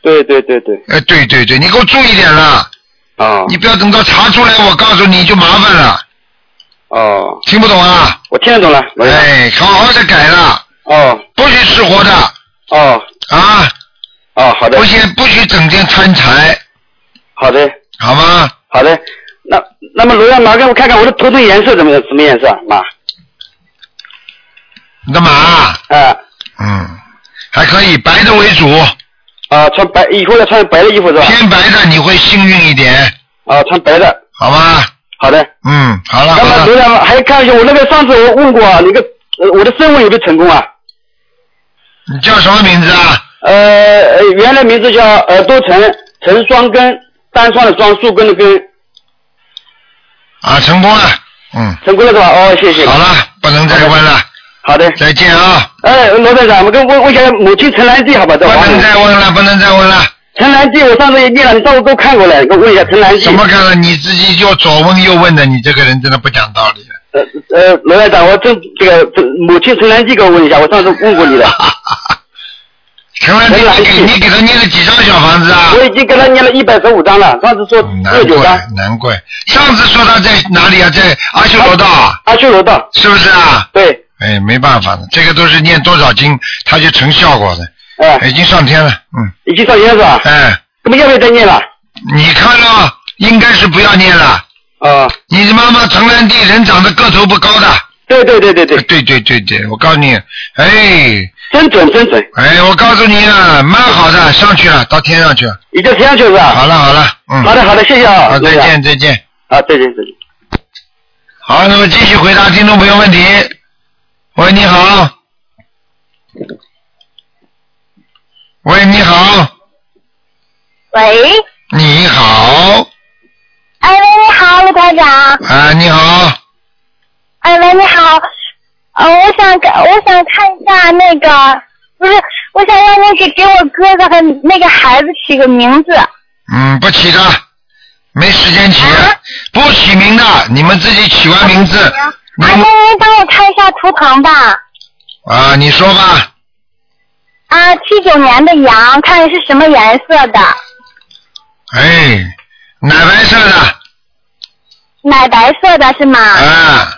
[SPEAKER 4] 对对对对。
[SPEAKER 1] 哎，对对对，你给我注意点了。
[SPEAKER 4] 啊。
[SPEAKER 1] 你不要等到查出来，我告诉你就麻烦了。
[SPEAKER 4] 哦。
[SPEAKER 1] 听不懂啊？
[SPEAKER 4] 我听得懂了，罗队长。
[SPEAKER 1] 哎，好好的改了，
[SPEAKER 4] 哦
[SPEAKER 1] 不许吃活的
[SPEAKER 4] 哦
[SPEAKER 1] 啊，
[SPEAKER 4] 哦，好的
[SPEAKER 1] 不。许不许整天贪财，
[SPEAKER 4] 好的。
[SPEAKER 1] 好吗？
[SPEAKER 4] 好的，那那么罗院麻烦我看看我的头的颜色怎么样？什么颜色啊？妈，
[SPEAKER 1] 你干嘛？
[SPEAKER 4] 啊
[SPEAKER 1] 嗯，还可以，白的为主，
[SPEAKER 4] 啊，穿白以后要穿白的衣服是吧？
[SPEAKER 1] 偏白的你会幸运一点，
[SPEAKER 4] 啊，穿白的，
[SPEAKER 1] 好吗？
[SPEAKER 4] 好的。
[SPEAKER 1] 嗯，好了好
[SPEAKER 4] 那么
[SPEAKER 1] 了，
[SPEAKER 4] 罗院还看一下我那个上次我问过啊，那个呃我的声纹有没有成功啊？
[SPEAKER 1] 你叫什么名字啊？
[SPEAKER 4] 呃，呃原来名字叫耳朵陈陈双根，单双的双，树根的根，
[SPEAKER 1] 啊，成功了，嗯，
[SPEAKER 4] 成功了是吧？哦，谢谢。
[SPEAKER 1] 好了，不能再问了，
[SPEAKER 4] 好的。
[SPEAKER 1] 再见啊，
[SPEAKER 4] 哎，罗队长，我跟问问一下母亲陈兰记好吧？
[SPEAKER 1] 不
[SPEAKER 4] 在王
[SPEAKER 1] 能
[SPEAKER 4] 府
[SPEAKER 1] 再问了，不能再问了。
[SPEAKER 4] 陈兰记，我上次也念了，你上次给我看过了，给我问一下陈兰记。
[SPEAKER 1] 什么看了？你自己就左问右问的，你这个人真的不讲道理了。
[SPEAKER 4] 呃呃，罗院长，我真这个这母亲陈兰记给我问一下，我上次问 过你的，
[SPEAKER 1] 陈文
[SPEAKER 4] 没来
[SPEAKER 1] 你给
[SPEAKER 4] 信
[SPEAKER 1] 你给他念了几张小房子啊？嗯
[SPEAKER 4] 我已经跟他念了一百十五章了，上次说
[SPEAKER 1] 难
[SPEAKER 4] 六九章
[SPEAKER 1] 怪，难怪。上次说他在哪里啊？在阿修罗道啊，
[SPEAKER 4] 阿修罗道，
[SPEAKER 1] 是不是啊？
[SPEAKER 4] 对，
[SPEAKER 1] 哎，没办法的，这个都是念多少经，他就成效果的，
[SPEAKER 4] 哎、
[SPEAKER 1] 已经上天了。嗯，
[SPEAKER 4] 已经上天是吧？
[SPEAKER 1] 哎，
[SPEAKER 4] 那么要不要再念了？
[SPEAKER 1] 你看了，应该是不要念了。
[SPEAKER 12] 啊，
[SPEAKER 1] 你的妈妈陈兰娣人长得个头不高的。哎
[SPEAKER 12] 对对对对对。
[SPEAKER 1] 对对对对，我告诉你，哎。
[SPEAKER 12] 真准真准。
[SPEAKER 1] 哎，我告诉你啊，蛮好的，上去了，到天上去了。
[SPEAKER 12] 已经这样就是吧？
[SPEAKER 1] 好了好了，嗯。
[SPEAKER 12] 好的好的，谢谢啊。
[SPEAKER 1] 好，再见再见。
[SPEAKER 12] 啊，再见再见。
[SPEAKER 1] 好，那么继续回答听众朋友问题。喂，你好。喂，你好，
[SPEAKER 13] 喂，
[SPEAKER 1] 你好，
[SPEAKER 13] 哎喂，你好，卢台长。
[SPEAKER 1] 啊，你好，
[SPEAKER 13] 哎喂，你好，呃，我想给我想看一下那个，不是，我想让你给给我哥哥和那个孩子起个名字。哎
[SPEAKER 1] 嗯，不起的，没时间起，不起名的，你们自己起完名字
[SPEAKER 13] 阿公，您帮我看一下图腾吧。
[SPEAKER 1] 啊，你说吧，
[SPEAKER 13] 啊，七九年的羊，看是什么颜色的？
[SPEAKER 1] 哎，奶白色的，
[SPEAKER 13] 奶白色的是吗？
[SPEAKER 1] 啊。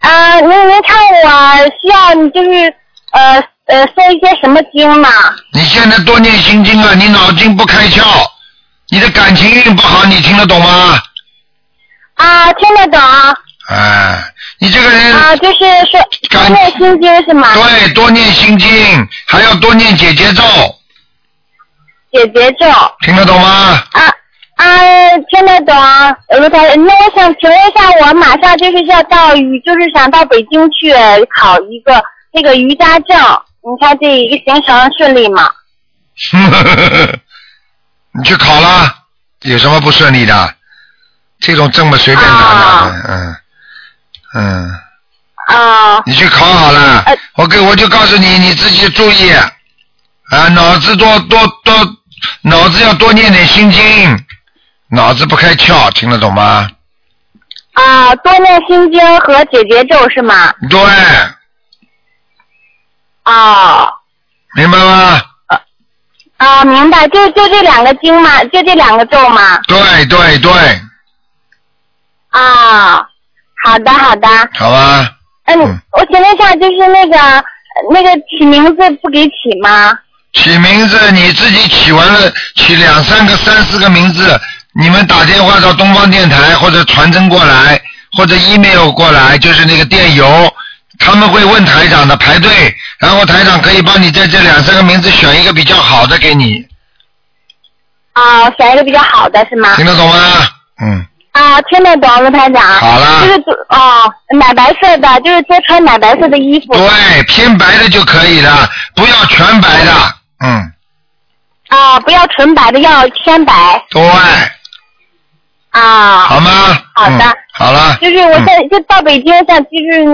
[SPEAKER 13] 呃，您您看我需要你就是呃呃送一些什么经吗？
[SPEAKER 1] 你现在多念心经啊，你脑筋不开窍，你的感情运不好，你听得懂吗？
[SPEAKER 13] 啊，听得懂。
[SPEAKER 1] 啊，你这个人
[SPEAKER 13] 啊，就是说多念心经是吗？
[SPEAKER 1] 对，啊多念心经，还要多念姐姐咒，
[SPEAKER 13] 解结咒。
[SPEAKER 1] 听得懂吗？
[SPEAKER 13] 啊，听得懂，卢台。那我想请问一下，我马上就是要到于，就是想到北京去考一个那个瑜伽证，你看这一个行程顺利吗？
[SPEAKER 1] 你去考啦，有什么不顺利的？这种证嘛随便拿拿的，嗯嗯。
[SPEAKER 13] 啊。
[SPEAKER 1] 你去考好了，我给我就告诉你，你自己注意啊，脑子多多多，脑子要多念点心经，脑子不开窍，听得懂吗？
[SPEAKER 13] 啊，多念心经和解结咒是吗？
[SPEAKER 1] 对，
[SPEAKER 13] 哦，
[SPEAKER 1] 明白吗？
[SPEAKER 13] 啊，明白，就就这两个经吗？就这两个咒吗？
[SPEAKER 1] 对对对，
[SPEAKER 13] 啊，好的好的，
[SPEAKER 1] 好吧。
[SPEAKER 13] 嗯，我请问一下，就是那个呃那个起名字不给起吗？
[SPEAKER 1] 起名字你自己起完了，起两三个、三四个名字，你们打电话到东方电台或者传真过来，或者 email 过来，就是那个电邮，他们会问台长的排队，然后台长可以帮你在这两三个名字选一个比较好的给你，
[SPEAKER 13] 啊，选一个比较好的是吗？
[SPEAKER 1] 听得懂吗？嗯，
[SPEAKER 13] 啊，听得懂，卢台长。
[SPEAKER 1] 好啊啦
[SPEAKER 13] 就是多哦，奶白色的，就是多穿奶白色的衣服。
[SPEAKER 1] 对，偏白的就可以了，不要全白的，嗯，
[SPEAKER 13] 啊，不要纯白的，要偏白。
[SPEAKER 1] 对，
[SPEAKER 13] 啊。
[SPEAKER 1] 好吗？
[SPEAKER 13] 好的。
[SPEAKER 1] 嗯好了，
[SPEAKER 13] 就是我现
[SPEAKER 1] 嗯
[SPEAKER 13] 在就到北京，想就是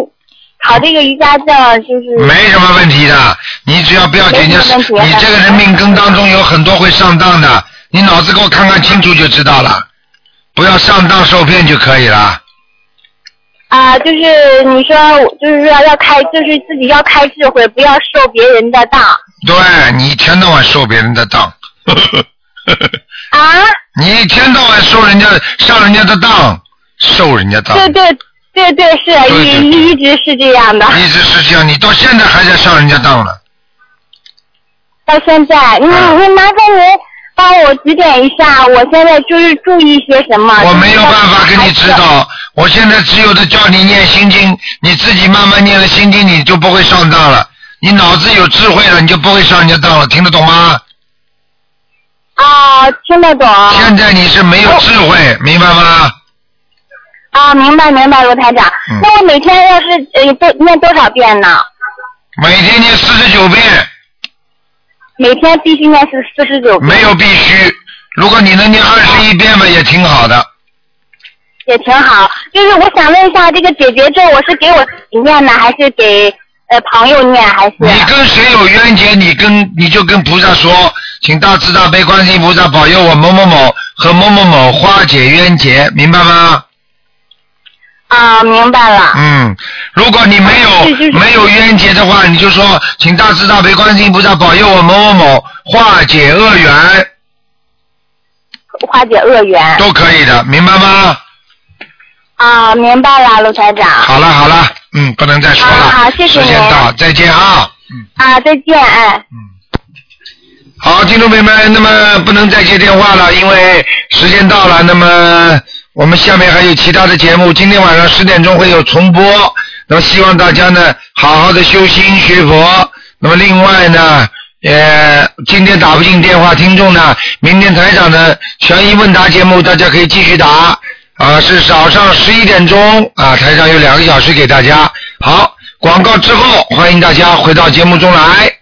[SPEAKER 13] 考这个瑜伽证，就是。
[SPEAKER 1] 没什么问题的，你只要不要紧，你
[SPEAKER 13] 嗯没什么问题
[SPEAKER 1] 你这个人命根当中有很多会上当的，你脑子给我看看清楚就知道了，不要上当受骗就可以了。
[SPEAKER 13] 啊，就是你说，就是说要开，就是自己要开智慧，不要受别人的当。
[SPEAKER 1] 对你一天到晚受别人的当，
[SPEAKER 13] 啊？
[SPEAKER 1] 你一天到晚受人家上人家的当，受人家当，
[SPEAKER 13] 对对对对，是一一一直是这样的，
[SPEAKER 1] 一直是这样，你到现在还在上人家当呢。
[SPEAKER 13] 到现在，您
[SPEAKER 1] 嗯
[SPEAKER 13] 您麻烦您帮我指点一下，我现在就是注意些什么？
[SPEAKER 1] 我没有办法给你指导，我现在只有的叫你念心经，你自己慢慢念了心经，你就不会上当了。你脑子有智慧了，你就不会上人家当了，听得懂吗？
[SPEAKER 13] 啊，听得懂。
[SPEAKER 1] 现在你是没有智慧，明白吗？
[SPEAKER 13] 啊，明白明白，罗台长。
[SPEAKER 1] 嗯
[SPEAKER 13] 那我每天要是呃多念多少遍呢？
[SPEAKER 1] 每天念四十九遍，
[SPEAKER 13] 每天必须念是四十九遍，
[SPEAKER 1] 没有必须。如果你能念二十一遍嘛，也挺好的。
[SPEAKER 13] 也挺好。就是我想问一下，这个解决咒我是给我自己念呢，还是给呃朋友念，还是？
[SPEAKER 1] 你跟谁有冤结，你跟你就跟菩萨说，请大慈大悲观世音菩萨保佑我某某某和某某某化解冤结，明白吗？
[SPEAKER 13] 啊，明白了。
[SPEAKER 1] 嗯，如果你没
[SPEAKER 13] 啊
[SPEAKER 1] 有没有冤结的话，你就说，请大慈大悲观世音菩萨保佑我某某某化解恶缘，嗯
[SPEAKER 13] 化解恶缘。
[SPEAKER 1] 都可以的，明白吗？
[SPEAKER 13] 啊，明白了，卢台长。
[SPEAKER 1] 好了好了，嗯，不能再说了，
[SPEAKER 13] 啊好谢谢
[SPEAKER 1] 时间
[SPEAKER 13] 您
[SPEAKER 1] 到，再见啊。
[SPEAKER 13] 啊，再见，哎。
[SPEAKER 1] 好，听众朋友们，那么不能再接电话了，因为时间到了。那么我们下面还有其他的节目，今天晚上十点钟会有重播。那么希望大家呢好好的修心学佛。那么另外呢，呃，今天打不进电话听众呢，明天台长的悬疑问答节目大家可以继续打啊，是早上十一点钟啊，台上有两个小时给大家。好，广告之后欢迎大家回到节目中来。